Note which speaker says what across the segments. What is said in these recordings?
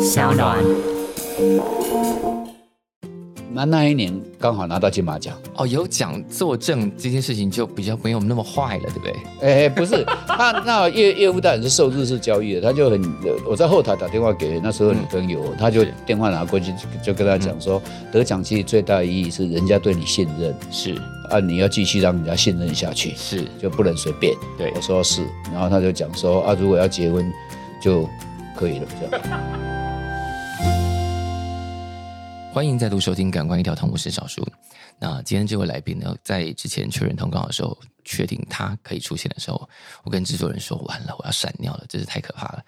Speaker 1: 小暖。
Speaker 2: 那那一年刚好拿到金马奖，
Speaker 3: 哦，有讲作证这件事情就比较没有那么坏了，对不对？
Speaker 2: 哎，不是， 那那业业务代理是受日式教育的，他就很，我在后台打电话给那时候女朋友，他就电话拿过去，就跟他讲说，得奖其实最大的意义是人家对你信任
Speaker 3: 是
Speaker 2: 啊，你要继续让人家信任下去，
Speaker 3: 是，
Speaker 2: 就不能随便。
Speaker 3: 对
Speaker 2: 我说是，然后他就讲说啊，如果要结婚就可以了，这样。
Speaker 3: 欢迎再度收听《感官一条通》，我是小叔。那今天这位来宾呢，在之前确认通告的时候，确定他可以出现的时候，我跟制作人说：“完了，我要闪尿了，真是太可怕了。”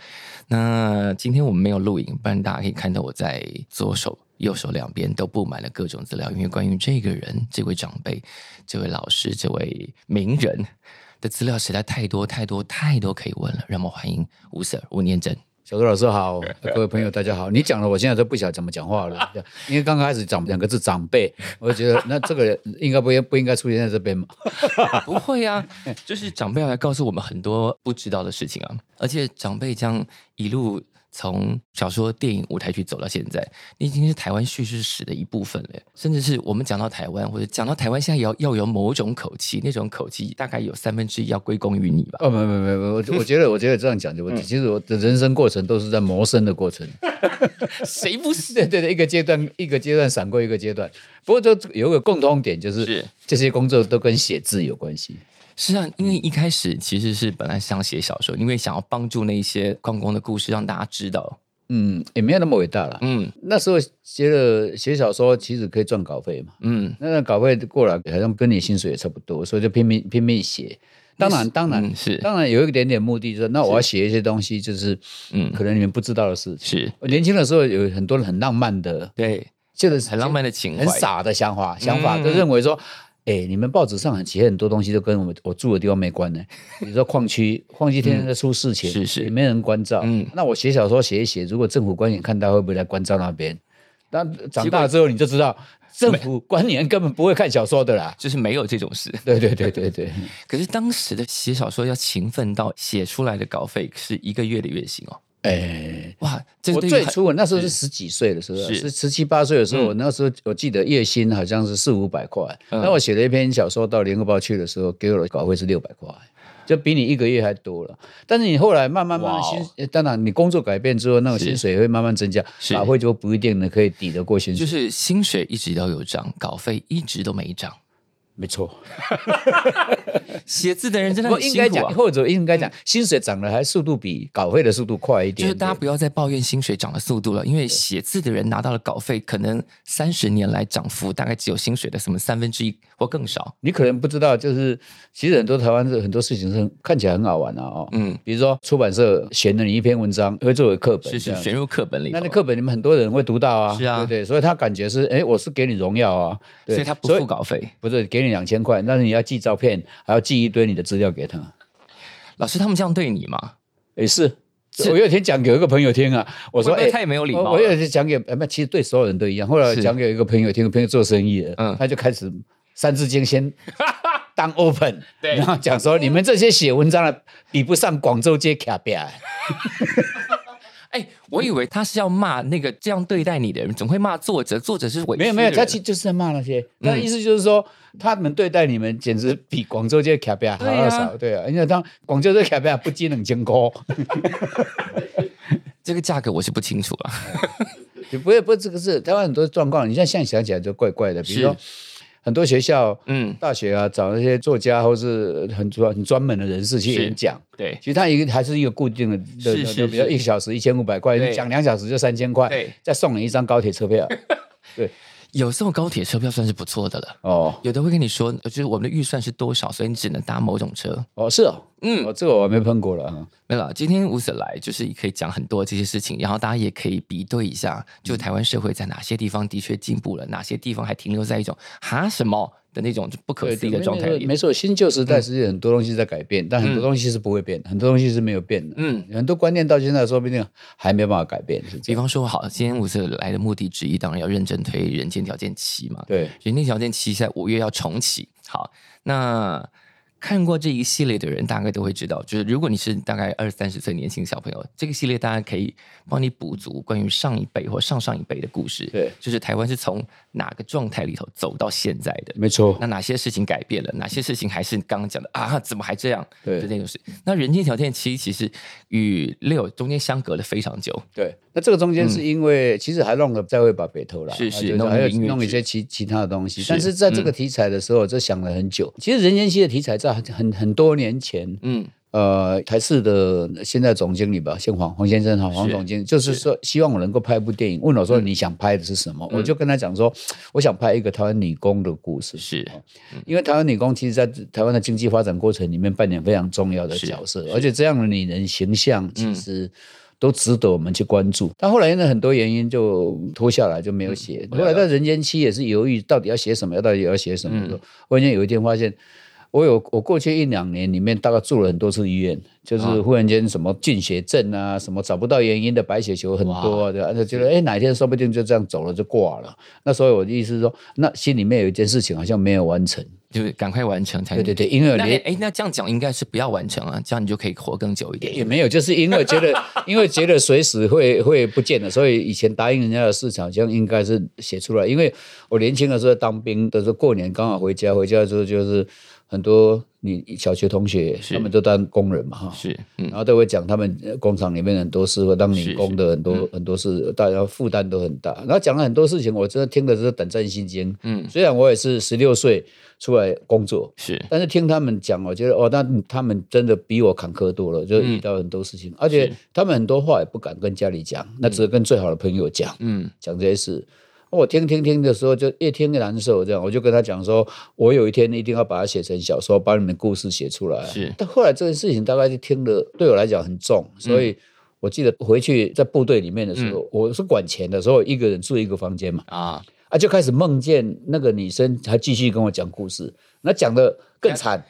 Speaker 3: 那今天我们没有录影，不然大家可以看到我在左手、右手两边都布满了各种资料，因为关于这个人、这位长辈、这位老师、这位名人的资料实在太多太多太多可以问了。让我们欢迎吴 Sir 吴念真。
Speaker 2: 小杜老师 好，各位朋友大家好。你讲了，我现在都不晓得怎么讲话了，因为刚开始长两个字长辈，我就觉得那这个人应该不应不应该出现在这 边嘛？
Speaker 3: 不会 啊，就是长辈来告诉我们很多不知道的事情啊，而且长辈这样一路从小说、电影、舞台剧走到现在，你已经是台湾叙事史的一部分了。甚至是我们讲到台湾，或者讲到台湾，现在也要要有某种口气，那种口气大概有三分之一要归功于你吧。
Speaker 2: 哦，没没没没，我我觉得我觉得这样讲
Speaker 3: 嗯
Speaker 2: 就，我其实我的人生过程都是在磨生的过 程，
Speaker 3: 谁不是？
Speaker 2: 对对对，一个阶段一个阶段闪过一个阶段。不过这有个共通点，就是
Speaker 3: 是
Speaker 2: 这些工作都跟写字有关系。
Speaker 3: 是啊，因为一开始其实是本来想写小说，因为想要帮助那一些矿工的故事，让大家知道。
Speaker 2: 嗯，也没有那么伟大了。
Speaker 3: 嗯
Speaker 2: 那时候觉得写小说其实可以赚稿费嘛，
Speaker 3: 嗯，
Speaker 2: 那稿费过来好像跟你薪水也差不多，所以就拼命拼命写。当然，当然，
Speaker 3: 嗯是
Speaker 2: 当然有一点点目的，就是那我要写一些东西，就是
Speaker 3: 嗯
Speaker 2: 嗯，可能你们不知道的事情。
Speaker 3: 是，
Speaker 2: 我年轻的时候有很多人很浪漫的，
Speaker 3: 对，
Speaker 2: 就是
Speaker 3: 很浪、漫的情怀，
Speaker 2: 很傻的想法，想法
Speaker 3: 嗯
Speaker 2: 就认为说，哎、你们报纸上很写很多东西都跟我们我住的地方没 关呢、比如说矿区，矿区天天在出事情，
Speaker 3: 嗯是是
Speaker 2: 也没人关照。
Speaker 3: 嗯
Speaker 2: 那我写小说写一写，如果政府官员看到，会不会来关照那边？那长大之后你就知道，政府官员根本不会看小说的啦。
Speaker 3: 就是没有这种事。
Speaker 2: 对对对对 对，
Speaker 3: 可是当时的写小说要勤奋到写出来的稿费是一个月的月薪哦，
Speaker 2: 哎、
Speaker 3: 哇！这
Speaker 2: 我
Speaker 3: 对于
Speaker 2: 最
Speaker 3: 很嗯
Speaker 2: 初我那时候是十几岁的时候，
Speaker 3: 是
Speaker 2: 是十七八岁的时候，
Speaker 3: 嗯
Speaker 2: 我那时候我记得月薪好像是四五百块。
Speaker 3: 嗯
Speaker 2: 那我写了一篇小说到联合报去的时候，给我的稿费是六百块，就比你一个月还多了。但是你后来慢慢慢慢
Speaker 3: 哇哦
Speaker 2: 薪，呃当然你工作改变之后，那种
Speaker 3: 是
Speaker 2: 薪水也会慢慢增加，
Speaker 3: 是
Speaker 2: 稿费就不一定能可以抵得过薪
Speaker 3: 就
Speaker 2: 水。
Speaker 3: 是薪水一直都有涨，稿费一直都没涨。
Speaker 2: 没错，
Speaker 3: 写字的人真的
Speaker 2: 我
Speaker 3: 很
Speaker 2: 应
Speaker 3: 辛
Speaker 2: 该
Speaker 3: 苦
Speaker 2: 讲，
Speaker 3: 啊。
Speaker 2: 或者应该讲，薪水涨了还速度比稿费的速度快一
Speaker 3: 就
Speaker 2: 点
Speaker 3: 是
Speaker 2: 点。
Speaker 3: 大家不要再抱怨薪水涨的速度了，因为写字的人拿到了稿费，可能三十年来涨幅大概只有薪水的什么三分之一或更少。
Speaker 2: 你可能不知道，就是其实很多台湾是很多事情是很看起来很好玩啊哦，
Speaker 3: 嗯，
Speaker 2: 比如说出版社选了你一篇文章，会作为课本，
Speaker 3: 是
Speaker 2: 这
Speaker 3: 是
Speaker 2: 样
Speaker 3: 选入课本里头。
Speaker 2: 那那课本你们很多人会读到啊，
Speaker 3: 是啊
Speaker 2: 对不对？所以他感觉是，哎，我是给你荣耀啊，对
Speaker 3: 所以他不付稿费。
Speaker 2: 不是给你两千块，但是你要寄照片，还要寄一堆你的资料给他，
Speaker 3: 老师他们这样对你吗？
Speaker 2: 也是。
Speaker 3: 是
Speaker 2: 我有一天讲给一个朋友听啊，我说
Speaker 3: 会不会
Speaker 2: 哎
Speaker 3: 太没有礼
Speaker 2: 我
Speaker 3: 貌
Speaker 2: 我有
Speaker 3: 了。
Speaker 2: 一天讲给，哎那其实对所有人都一样。后来
Speaker 3: 是
Speaker 2: 讲给一个朋友听，朋友做生意的，
Speaker 3: 嗯
Speaker 2: 他就开始《三字经》 先当 open，
Speaker 3: 对嗯
Speaker 2: 然后讲说你们这些写文章的比不上广州街卡啊比亚。
Speaker 3: 哎，我以为他是要骂那个这样对待你的人，怎么会骂作者？作者是委屈
Speaker 2: 没有没有，
Speaker 3: 的
Speaker 2: 他
Speaker 3: 人嗯
Speaker 2: 其实就是在骂那些，他的意思就是说，他们对待你们简直比广州街卡比亚还要少，对啊，因为当广州街卡比亚不止两千块，
Speaker 3: 这个价格我是不清楚啊。
Speaker 2: 也不会不这个是台湾很多状况，你现在现在想起来就怪怪的，比如说很多学校、
Speaker 3: 嗯，
Speaker 2: 大学啊，找那些作家或是很专很专门的人士去
Speaker 3: 是
Speaker 2: 演讲。
Speaker 3: 对
Speaker 2: 其实它一个还是一个固定的，
Speaker 3: 是
Speaker 2: 对
Speaker 3: 是
Speaker 2: 对，比如
Speaker 3: 是
Speaker 2: 一个小时一千五百块，
Speaker 3: 对
Speaker 2: 你讲两小时就三千块
Speaker 3: 对，
Speaker 2: 再送你一张高铁车票。
Speaker 3: 有时候高铁车票算是不错的了。
Speaker 2: 哦
Speaker 3: 有的会跟你说，呃就是我们的预算是多少，所以你只能搭某种车。
Speaker 2: 哦，是哦，
Speaker 3: 嗯
Speaker 2: 哦，这个我还没碰过了啊。
Speaker 3: 没有啦，今天吴 Sir 来就是可以讲很多这些事情，然后大家也可以比对一下，就台湾社会在哪些地方的确进步了，哪些地方还停留在一种哈什么的那种就不可
Speaker 2: 对
Speaker 3: 思议
Speaker 2: 对
Speaker 3: 的状态
Speaker 2: 没
Speaker 3: 里嗯
Speaker 2: 错。没错，新旧时代其实很多东西在改变，但很多东西是不会变，很多东西是没有变的。
Speaker 3: 嗯，
Speaker 2: 很多观念到现在说不定还没有办法改变，是这
Speaker 3: 比
Speaker 2: 样。
Speaker 3: 方说，好，今天吴 Sir 来的目的之一，当然要认真推人间条件七嘛。
Speaker 2: 对，
Speaker 3: 人力条件期在五月要重启。好，那看过这一系列的人大概都会知道，就是如果你是大概二三十岁年轻小朋友，这个系列大概可以帮你补足关于上一辈或上上一辈的故事。
Speaker 2: 对
Speaker 3: 就是台湾是从哪个状态里头走到现在的。
Speaker 2: 没错
Speaker 3: 那，哪些事情改变了？哪些事情还是刚刚讲的啊？怎么还这样？
Speaker 2: 对
Speaker 3: 就那种事。那人间条件其实其实与六中间相隔了非常久。
Speaker 2: 对。那这个中间是因为其实还弄了再会把北投啦，
Speaker 3: 嗯是
Speaker 2: 啊
Speaker 3: 是
Speaker 2: 就
Speaker 3: 弄
Speaker 2: 还有
Speaker 3: 音乐
Speaker 2: 弄一
Speaker 3: 剧
Speaker 2: 些其其他的东西。
Speaker 3: 是嗯
Speaker 2: 但是在这个题材的时候，这想了很久。其实任贤齐的题材在很很很多年前，
Speaker 3: 嗯，
Speaker 2: 呃，台视的现在总经理吧，姓黄，黄先生哈，黄总经理，就是嗯说希望我能够拍部电影。问我说你想拍的是什么，我就跟他讲说，我想拍一个台湾女工的故事，
Speaker 3: 是
Speaker 2: 因为台湾女工其实在台湾的经济发展过程里面扮演非常重要的角色，而且这样的女人形象其实。都值得我们去关注。但后来因为很多原因就拖下来，就嗯没有写。后来在《人间七》也是犹豫到底要写什么，要到底要写什么的时候。忽然间有一天发现，我有我过去一两年里面大概住了很多次医院，就是忽然间什么菌血症啊，什么找不到原因的白血球很多啊，对吧？就觉得哎哪一天说不定就这样走了就挂了。那所以我的意思是说，那心里面有一件事情好像没有完成。
Speaker 3: 就是赶快完成才
Speaker 2: 对对对，因为
Speaker 3: 那
Speaker 2: 连
Speaker 3: 哎，那这样讲应该是不要完成啊，这样你就可以活更久一
Speaker 2: 也
Speaker 3: 点。
Speaker 2: 没有，就是因为觉 得，因为觉得随时会会不见了，所以以前答应人家的市场，好像应该是写出来。因为我年轻的时候当兵的时候，过年刚好回家，回家的时候就是很多你小学同学，
Speaker 3: 是
Speaker 2: 他们都当工人嘛，哈，
Speaker 3: 是，嗯，
Speaker 2: 然后都会讲他们呃工厂里面很多事，或当女工的很多
Speaker 3: 嗯
Speaker 2: 很多事，大家负担都很大。然后讲了很多事情，我真的听的是胆战心惊。
Speaker 3: 嗯
Speaker 2: 嗯，虽然我也是十六岁出来工作，
Speaker 3: 是
Speaker 2: 但是听他们讲，我觉得哦，那他们真的比我坎坷多了，就遇到很多事情，而且他们很多话也不敢跟家里讲，那只跟最好的朋友讲，
Speaker 3: 嗯，
Speaker 2: 讲这些事。哦我听听听的时候，就越听越难受，这样我就跟他讲说，我有一天一定要把它写成小说，把你们的故事写出来。
Speaker 3: 是
Speaker 2: 但后来这件事情大概就听了，对我来讲很重，所以我记得回去在部队里面的时候，我是管钱的时候，一个人住一个房间嘛。
Speaker 3: 啊，
Speaker 2: 啊，就开始梦见那个女生，还继续跟我讲故事，那讲的更惨。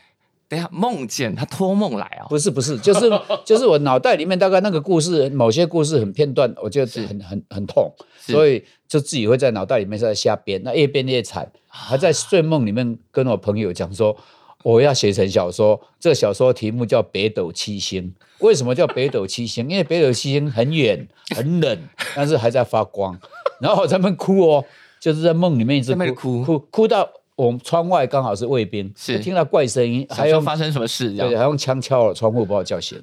Speaker 3: 等一下梦见他托梦来啊、
Speaker 2: 不是不是，就是就是我脑袋里面大概那个故事，某些故事很片段，我觉得很很很痛，
Speaker 3: 是
Speaker 2: 所以就自己会在脑袋里面在瞎编，那越编越惨，
Speaker 3: 啊
Speaker 2: 还在睡梦里面跟我朋友讲说。我要写成小说，这小说题目叫《北斗七星》。为什么叫北斗七星？因为北斗七星很远、很冷，但是还在发光。然后我在那边哭哦，就是在梦里面一直
Speaker 3: 在那边
Speaker 2: 哭
Speaker 3: 哭
Speaker 2: 哭哭到我们窗外刚好是卫兵，
Speaker 3: 是
Speaker 2: 就听到怪声音，
Speaker 3: 还
Speaker 2: 还
Speaker 3: 有
Speaker 2: 有
Speaker 3: 发生什么事这
Speaker 2: 对，
Speaker 3: 样？
Speaker 2: 还用枪敲了窗户把我叫 醒。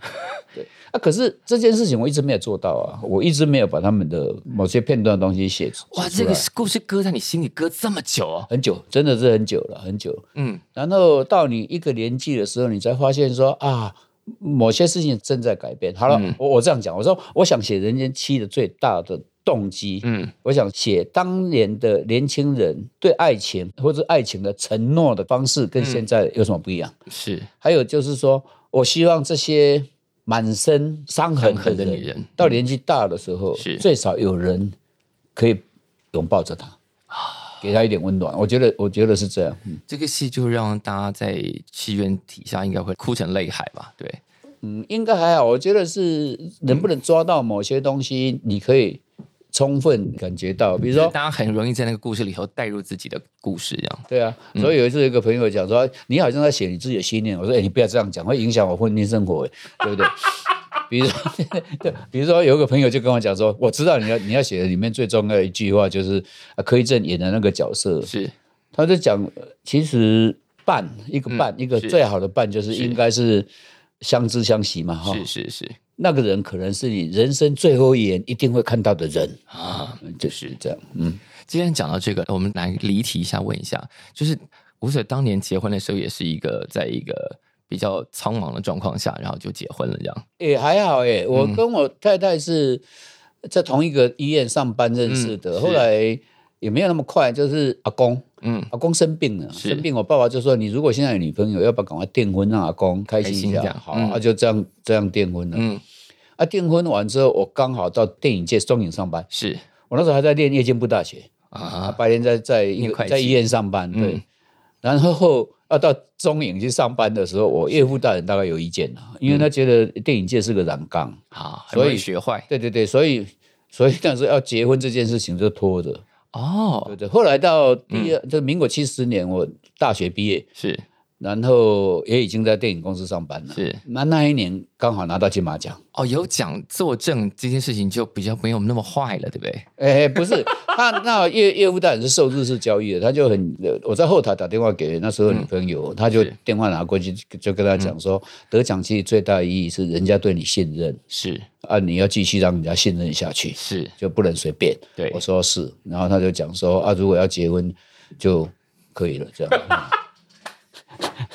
Speaker 2: 对啊，可是这件事情我一直没有做到啊，我一直没有把他们的某些片段的东西写出
Speaker 3: 哇，
Speaker 2: 写出
Speaker 3: 这个
Speaker 2: 来
Speaker 3: 故事搁在你心里搁这么久哦。
Speaker 2: 很久，真的是很久了，很久。
Speaker 3: 嗯，
Speaker 2: 然后到你一个年纪的时候，你才发现说啊，某些事情正在改变。好了，
Speaker 3: 嗯
Speaker 2: 我我这样讲，我说我想写《人间七》的最大的动机，
Speaker 3: 嗯，
Speaker 2: 我想写当年的年轻人对爱情或者爱情的承诺的方式
Speaker 3: 嗯
Speaker 2: 跟现在有什么不一样。
Speaker 3: 是
Speaker 2: 还有就是说，我希望这些满身伤痕
Speaker 3: 伤痕的
Speaker 2: 的
Speaker 3: 女人嗯
Speaker 2: 到年纪大的时候，
Speaker 3: 是
Speaker 2: 最少有人可以拥抱着她，
Speaker 3: 啊
Speaker 2: 给她一点温暖。我觉得，我觉得是这样。嗯
Speaker 3: 这个戏就让大家在戏院底下应该会哭成泪海吧？对，
Speaker 2: 嗯，应该还好。我觉得是能不能抓到某些东西，你可以充分感觉到，比如
Speaker 3: 就
Speaker 2: 说
Speaker 3: 是。大家很容易在那个故事里头带入自己的故事，这样
Speaker 2: 对啊，
Speaker 3: 嗯
Speaker 2: 所以有一次有一个朋友讲说，你好像在写你自己的信念。我说，哎、你不要这样讲，会影响我婚姻生 活，对不对？比如说， 对，比如说有一个朋友就跟我讲说，我知道你要你要写的里面最重要的一句话就是啊柯一正演的那个角色，
Speaker 3: 是
Speaker 2: 他就讲，呃其实伴一个伴、一个
Speaker 3: 嗯是
Speaker 2: 最好的伴就是应该是相知相惜嘛，哈，
Speaker 3: 是是是
Speaker 2: 那个人可能是你人生最后一眼一定会看到的人，
Speaker 3: 啊。
Speaker 2: 嗯就是这样，嗯，
Speaker 3: 既然讲到这个，我们来离题一下，问一下，就是吴水当年结婚的时候，也是一个在一个比较苍茫的状况下，然后就结婚了，这样
Speaker 2: 也、还好哎、我
Speaker 3: 嗯
Speaker 2: 跟我太太是在同一个医院上班认识的，
Speaker 3: 嗯是
Speaker 2: 后来也没有那么快，就是阿公。
Speaker 3: 嗯，
Speaker 2: 阿公生病了，
Speaker 3: 是
Speaker 2: 生病，我爸爸就说：“你如果现在有女朋友，要不要赶快订婚，让阿公开心一
Speaker 3: 开心一
Speaker 2: 下
Speaker 3: 下？”
Speaker 2: 好，
Speaker 3: 嗯
Speaker 2: 啊，就这样这样订婚了。
Speaker 3: 嗯
Speaker 2: 啊，订婚完之后，我刚好到电影界中影上班，
Speaker 3: 是
Speaker 2: 我那时候还在念夜间部大学，啊，
Speaker 3: 啊，
Speaker 2: 白天在在一
Speaker 3: 念
Speaker 2: 个
Speaker 3: 会计
Speaker 2: 在医院上班，对。
Speaker 3: 嗯
Speaker 2: 然后要到中影去上班的时候，我岳父大人大概有意见了，
Speaker 3: 嗯
Speaker 2: 因为他觉得电影界是个染缸，
Speaker 3: 好，
Speaker 2: 所以
Speaker 3: 很容易学坏
Speaker 2: 对对对，所以所以那时候要结婚这件事情就拖着，
Speaker 3: 哦，
Speaker 2: 对对。后来到第二，就民国七十年，我大学毕业，
Speaker 3: 是
Speaker 2: 然后也已经在电影公司上班了。
Speaker 3: 是
Speaker 2: 那那一年刚好拿到金马奖。
Speaker 3: 哦，有奖作证这件事情就比较没有那么坏了，对不对？
Speaker 2: 哎，不是，他那业业务代理是受日式交易的，他就很，呃我在后台打电话给那时候女朋友，他就是电话拿过去，就跟他讲说，得奖其实最大意义是人家对你信任
Speaker 3: 是
Speaker 2: 啊，你要继续让人家信任下去，
Speaker 3: 是，
Speaker 2: 就不能随便。
Speaker 3: 对
Speaker 2: 我说是，然后他就讲说啊，如果要结婚就可以了，这样。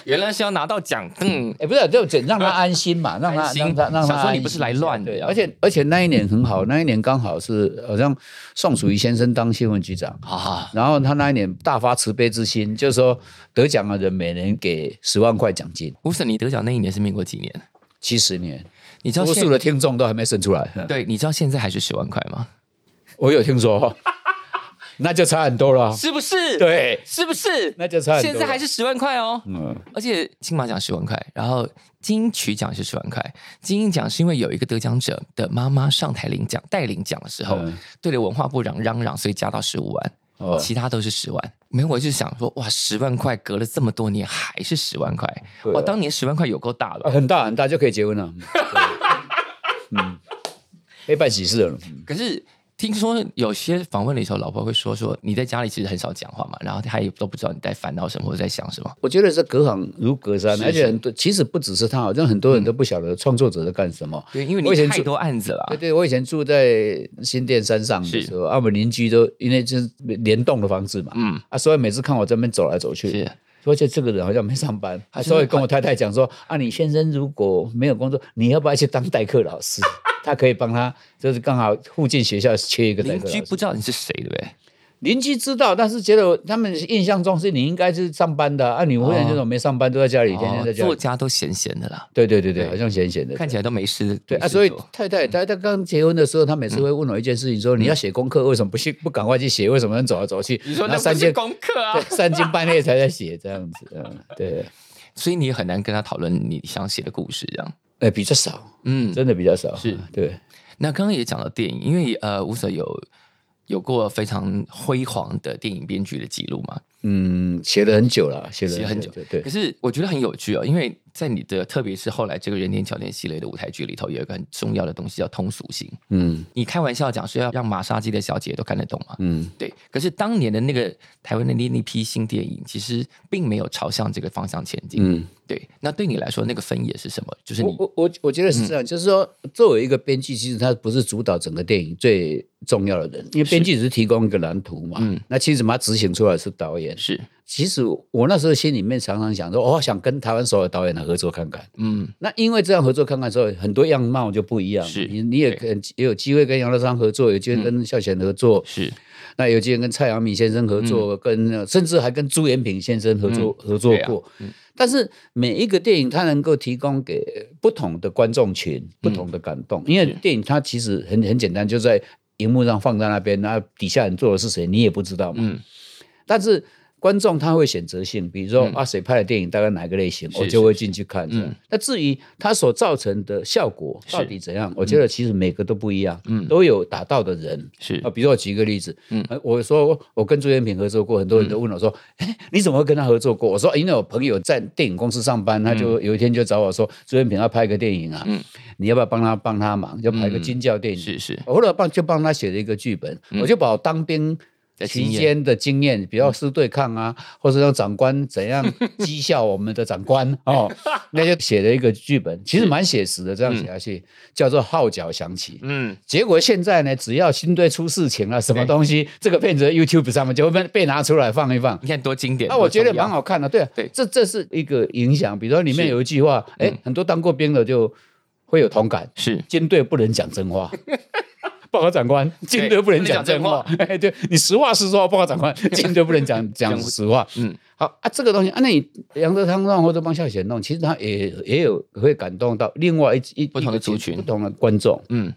Speaker 3: 原来是要拿到奖，嗯，
Speaker 2: 哎，不是，就整让他安心嘛，让他
Speaker 3: 安心
Speaker 2: 让他让他
Speaker 3: 想说
Speaker 2: 安
Speaker 3: 你不是
Speaker 2: 心
Speaker 3: 来乱的啊
Speaker 2: 对，而且而且那一年很好，那一年刚好是好像宋楚瑜先生当新闻局长。
Speaker 3: 啊，
Speaker 2: 然后他那一年大发慈悲之心，就是说得奖的人每人给十万块奖金，
Speaker 3: 吴森，你得奖嗯那一年是民国几年？
Speaker 2: 七十年，
Speaker 3: 你知道
Speaker 2: 多
Speaker 3: 现
Speaker 2: 数的听众都还没生出来。
Speaker 3: 对，你知道现在还是十万块吗？
Speaker 2: 我有听说， 那就差很多 了。
Speaker 3: 是不是？，
Speaker 2: 对，
Speaker 3: 是不是？
Speaker 2: 那就差很多。
Speaker 3: 现在还是十万块哦，
Speaker 2: 嗯，
Speaker 3: 而且金马奖十万块，然后金曲奖是十万块，金鹰奖是因为有一个得奖者的妈妈上台领奖带领奖的时候，
Speaker 2: 嗯
Speaker 3: 对着文化部长嚷嚷，所以加到十五万。
Speaker 2: 哦，
Speaker 3: 其他都是十万。没有，我就想说，哇，十万块隔了这么多年还是十万块，
Speaker 2: 对啊
Speaker 3: 哇，哦当年十万块有够大
Speaker 2: 啊
Speaker 3: 了。
Speaker 2: 很大很大就可以结婚了。嗯，对嗯黑白喜事了。嗯
Speaker 3: 可是听说有些访问里头，老婆会说说你在家里其实很少讲话嘛，然后她也都不知道你在烦恼什么或者在想什么。
Speaker 2: 我觉得是隔行如隔山，
Speaker 3: 是
Speaker 2: 而且很多其实不只是他，好像很多人都不晓得创作者在干什么。
Speaker 3: 对，因为
Speaker 2: 我以
Speaker 3: 你
Speaker 2: 前
Speaker 3: 太
Speaker 2: 就
Speaker 3: 多案子了啊
Speaker 2: 对。对，我以前住在新店山上的时候，啊，我们邻居都因为就是联动的房子嘛，
Speaker 3: 嗯，
Speaker 2: 啊，所以每次看我这边走来走去，
Speaker 3: 是
Speaker 2: 而且这个人好像没上班，啊、
Speaker 3: 真的
Speaker 2: 所以跟我太太讲说，啊，你先生如果没有工作，你要不要去当代课老师？ 他可以帮他，就是刚好附近学校缺一个代
Speaker 3: 邻
Speaker 2: 课老
Speaker 3: 居
Speaker 2: 师。
Speaker 3: 不知道你是谁，对不对？
Speaker 2: 邻居知道，但是觉得他们印象中是你应该是上班的啊，啊你忽然这种没上班，都在家里，天天在
Speaker 3: 哦
Speaker 2: 家
Speaker 3: 作
Speaker 2: 里。
Speaker 3: 家都闲闲的啦，
Speaker 2: 对对对对，
Speaker 3: 对
Speaker 2: 好像闲闲的。
Speaker 3: 看起来都没事。
Speaker 2: 对
Speaker 3: 没
Speaker 2: 啊，
Speaker 3: 事
Speaker 2: 所以
Speaker 3: 做嗯
Speaker 2: 太太，她她刚结婚的时候，她每次会问我一件事情，说你要写功课，为什么不去不赶快去写？为什么能走来走去？
Speaker 3: 你说
Speaker 2: 然
Speaker 3: 那
Speaker 2: 后
Speaker 3: 不
Speaker 2: 三
Speaker 3: 是
Speaker 2: 更
Speaker 3: 功课啊
Speaker 2: 对，三更半夜才在写这样子，嗯，对，
Speaker 3: 所以你也很难跟他讨论你想写的故事，这样。
Speaker 2: 呃，比较少，
Speaker 3: 嗯，
Speaker 2: 真的比较少，
Speaker 3: 是
Speaker 2: 对，
Speaker 3: 那刚刚也讲到电影，因为呃，吴所有有过非常辉煌的电影编剧的记录嘛，
Speaker 2: 嗯，写了很久了，写
Speaker 3: 写
Speaker 2: 了
Speaker 3: 很久
Speaker 2: 对对对，
Speaker 3: 可是我觉得很有趣哦，因为在你的特别是后来这个《人间桥梁》系列的舞台剧里头，有一个很重要的东西叫通俗性。
Speaker 2: 嗯
Speaker 3: 你开玩笑讲说要让马杀鸡的小姐都看得懂嘛？
Speaker 2: 嗯，
Speaker 3: 对，可是当年的那个台湾的那那批新电影，其实并没有朝向这个方向前进。
Speaker 2: 嗯，
Speaker 3: 对，那对你来说，那个分野是什么？就是
Speaker 2: 我
Speaker 3: 你嗯
Speaker 2: 我我我觉得是这样，就是说，作为一个编剧，其实他不是主导整个电影最重要的人，因为编剧只是提供一个蓝图嘛，
Speaker 3: 嗯
Speaker 2: 那其实把它执行出来是导演，
Speaker 3: 是
Speaker 2: 其实我那时候心里面常常想说，我、想跟台湾所有导演来合作看看。
Speaker 3: 嗯
Speaker 2: 那因为这样合作看看之后，很多样貌就不一样。
Speaker 3: 是嗯
Speaker 2: 你你也可也有机会跟杨德昌合作，有机会跟孝贤合作，
Speaker 3: 是
Speaker 2: 那有机会跟蔡阳明先生合作，跟呃甚至还跟朱延平先生合作、合作
Speaker 3: 嗯对啊
Speaker 2: 过。但是每一个电影它能够提供给不同的观众群
Speaker 3: 嗯
Speaker 2: 不同的感动，因为电影它其实很很简单，就在荧幕上放在那边，那底下人做的是谁你也不知道嘛。
Speaker 3: 嗯
Speaker 2: 但是观众他会选择性，比如说、啊，谁拍的电影大概哪个类型，
Speaker 3: 是
Speaker 2: 我就会进去看。
Speaker 3: 嗯
Speaker 2: 那至于它所造成的效果
Speaker 3: 是
Speaker 2: 到底怎样，我觉得其实每个都不一样，
Speaker 3: 嗯
Speaker 2: 都有打到的人。
Speaker 3: 是
Speaker 2: 啊，比如说我举一个例子，
Speaker 3: 嗯
Speaker 2: 嗯，我说我跟朱元平合作过，很多人都问我说，哎、你怎么会跟他合作过？我说，哎因为我朋友在电影公司上班，他就有一天就找我说，朱元平要拍一个电影啊，
Speaker 3: 嗯
Speaker 2: 你要不要帮他帮他忙？就拍一个惊叫电影，
Speaker 3: 是是
Speaker 2: 我后来帮就帮他写了一个剧本，我就把我当兵
Speaker 3: 嗯的经
Speaker 2: 期
Speaker 3: 验嗯
Speaker 2: 间的经验，比较是对抗啊，或是让长官怎 样讥笑我们的长官哦，那就写了一个剧本，其实蛮写实的，这样写下去、叫做号角响起。
Speaker 3: 嗯
Speaker 2: 结果现在呢，只要新队出事情了，啊什么东西，这个片子在 YouTube 上面就会被被拿出来放一放。
Speaker 3: 你看多经典。
Speaker 2: 那我觉得
Speaker 3: 多重要
Speaker 2: 蛮好看的，对啊
Speaker 3: 对嗯
Speaker 2: 这这是一个影响。比如说里面有一句话，哎，很多当过兵的就会有同感。
Speaker 3: 是
Speaker 2: 军队不能讲真 话。报告长官，军队不能讲真话。 哎，对你实话实说，报告长 官，军队不能讲讲实话。
Speaker 3: 嗯
Speaker 2: 嗯，好啊，这个东西啊，那你杨德昌让或者帮孝贤弄，其实他也也有会感动到另外一一
Speaker 3: 不同的
Speaker 2: 一个
Speaker 3: 族群
Speaker 2: 不同的观众。
Speaker 3: 嗯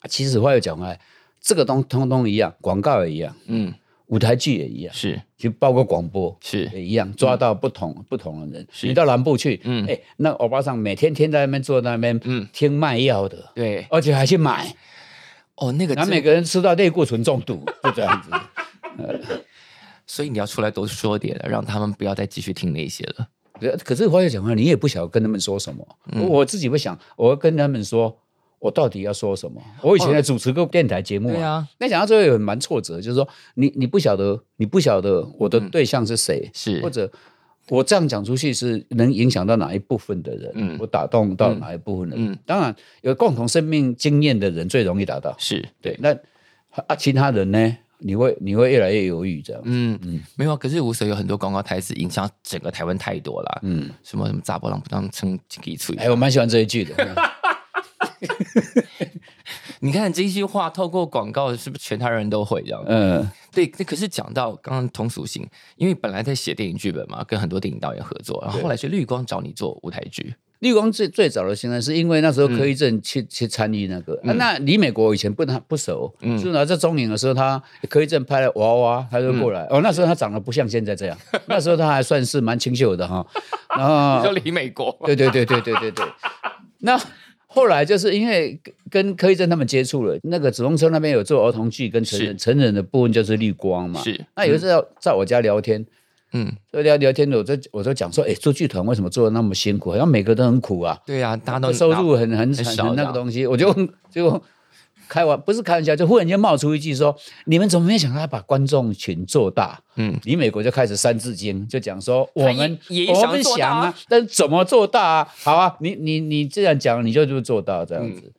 Speaker 2: 啊其实话又讲回来，这个东通通一样，广告也一样，
Speaker 3: 嗯
Speaker 2: 舞台剧也一样，
Speaker 3: 是
Speaker 2: 就包括广播。
Speaker 3: 是
Speaker 2: 也一样抓到不同、不同的人，
Speaker 3: 是
Speaker 2: 你到南部去，嗯，
Speaker 3: 嗯
Speaker 2: 哎，那欧巴桑每天天在那边坐在那边，
Speaker 3: 嗯
Speaker 2: 嗯，听卖药的，
Speaker 3: 对
Speaker 2: 而且还去买，
Speaker 3: 哦，那个
Speaker 2: 然后
Speaker 3: 真
Speaker 2: 每个人吃到类固醇中 毒，就这样子。
Speaker 3: 所以你要出来多说点了，让他们不要再继续听那些了。
Speaker 2: 可可是话又讲回来，你也不晓得跟他们说什么。
Speaker 3: 嗯
Speaker 2: 我自己会想，我要跟他们说，我到底要说什么？我以前还主持过电台节目
Speaker 3: 对
Speaker 2: 啊。
Speaker 3: 啊，
Speaker 2: 那讲到最后也蛮挫折，就是说你你不晓得，你不晓得我的对象是谁，
Speaker 3: 嗯是
Speaker 2: 或者我这样讲出去是能影响到哪一部分的人，
Speaker 3: 嗯
Speaker 2: 我打动到哪一部分的人。
Speaker 3: 嗯
Speaker 2: 当然，有共同生命经验的人最容易达到。
Speaker 3: 是，
Speaker 2: 对，那啊，其他人呢？你会你会越来越犹豫这样。
Speaker 3: 嗯嗯，没有啊。可是无所有很多广告台词影响整个台湾太多了，
Speaker 2: 嗯，
Speaker 3: 什么什么炸波浪不当撑给出。
Speaker 2: 哎，我蛮喜欢这一句的。
Speaker 3: 你看这一句话透过广告，是不是全台人都会这样？
Speaker 2: 嗯
Speaker 3: 对，那可是讲到刚刚通俗性，因为本来在写电影剧本嘛，跟很多电影导演合作，然后后来是绿光找你做舞台剧，
Speaker 2: 绿光最最早的现在是因为那时候柯一正去、去参与那个，啊那李美国以前不他不熟，是呢在中影的时候他，柯一正拍了娃娃，他就过来、哦，那时候他长得不像现在这 样，那时候他还算是蛮清秀的哈，然
Speaker 3: 你说
Speaker 2: 后
Speaker 3: 离美国
Speaker 2: 对对对对对对对，那后来就是因为跟跟柯一正他们接触了，那个紫红车那边有做儿童剧跟成人
Speaker 3: 是
Speaker 2: 成人的部分就是绿光嘛，
Speaker 3: 是，
Speaker 2: 那有一次在在我家聊天，
Speaker 3: 嗯，
Speaker 2: 在聊聊天的我就我就讲说，哎、做剧团为什么做的那么辛苦？好像每个都很苦啊。
Speaker 3: 对啊，大家都
Speaker 2: 收入很很
Speaker 3: 很
Speaker 2: 很
Speaker 3: 少
Speaker 2: 很
Speaker 3: 的
Speaker 2: 那
Speaker 3: 啊
Speaker 2: 个东西，我就就开玩不是开玩笑，就忽然间冒出一句说：“你们怎么没有想到要把观众群做大？”
Speaker 3: 嗯
Speaker 2: 嗯，李美国就开始《三字经》，就讲说我们
Speaker 3: 也也
Speaker 2: 我
Speaker 3: 想
Speaker 2: 们
Speaker 3: 做大啊
Speaker 2: 想啊，但是怎么做大啊？好啊，你你你这样讲，你就就做到这样子。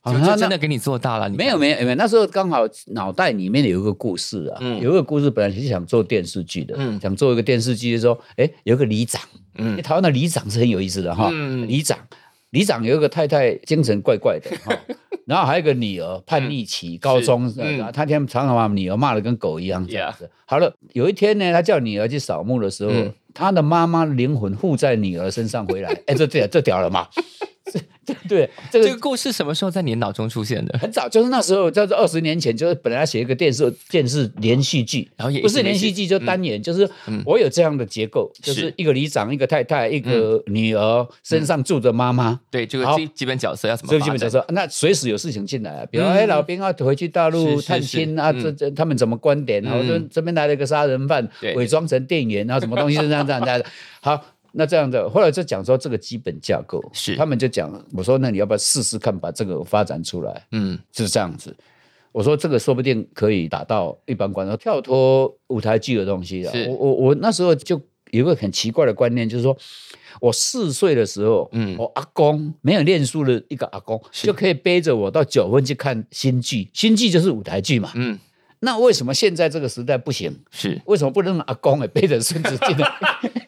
Speaker 2: 好，
Speaker 3: 嗯就
Speaker 2: 啊那
Speaker 3: 就真
Speaker 2: 那
Speaker 3: 的给你做大了，你
Speaker 2: 没有没有没有，那时候刚好脑袋里面有一个故事啊，
Speaker 3: 嗯
Speaker 2: 有一个故事本来是想做电视剧的，
Speaker 3: 嗯
Speaker 2: 想做一个电视剧的时候，哎，有一个里长，
Speaker 3: 嗯
Speaker 2: 因为台湾的里长是很有意思的哈，
Speaker 3: 嗯
Speaker 2: 里长，里长有一个太太精神怪怪的 哈，然后还有一个女儿叛逆期，高中，
Speaker 3: 是嗯
Speaker 2: 呃他天常常把女儿骂的跟狗一样这样子。好了，有一天呢，他叫女儿去扫墓的时候
Speaker 3: 嗯，
Speaker 2: 他的妈妈灵魂附在女儿身上回来，哎，这这这屌 了嘛？这这对，这个
Speaker 3: 这个故事什么时候在你脑中出现的？
Speaker 2: 很早，就是那时候，就是二十年前，就是本来要写一个电视电视连续剧，
Speaker 3: 然后也
Speaker 2: 不是连续剧就单
Speaker 3: 嗯
Speaker 2: 元，就是我有这样的结构，就是一个里长，一个太太，一
Speaker 3: 嗯
Speaker 2: 个女儿，身上住着妈妈。
Speaker 3: 对，这个
Speaker 2: 好
Speaker 3: 基基本角色要怎么
Speaker 2: 所以
Speaker 3: 发
Speaker 2: 基
Speaker 3: 展
Speaker 2: 本上说，那随时有事情进来啊，比如
Speaker 3: 嗯
Speaker 2: 哎，老兵啊，回去大
Speaker 3: 是
Speaker 2: 陆
Speaker 3: 是
Speaker 2: 探亲啊，
Speaker 3: 是
Speaker 2: 这这他们怎么观点啊？
Speaker 3: 嗯
Speaker 2: 我这这边来了一个杀人犯
Speaker 3: 对，
Speaker 2: 伪装成店员啊，什么东西这样这样这 样。好，那这样的，后来就讲说这个基本架构，
Speaker 3: 是
Speaker 2: 他们就讲，我说那你要不要试试看把这个发展出来？
Speaker 3: 嗯
Speaker 2: 是这样子。我说这个说不定可以打到一般观众，跳脱舞台剧的东西了
Speaker 3: 是。
Speaker 2: 我我我那时候就有一个很奇怪的观念，就是说我四岁的时候，
Speaker 3: 嗯
Speaker 2: 我阿公没有念书的一个阿公，就可以背着我到九份去看新剧，新剧就是舞台剧嘛。
Speaker 3: 嗯，
Speaker 2: 那为什么现在这个时代不行？
Speaker 3: 是
Speaker 2: 为什么不能阿公也背着孙子进来？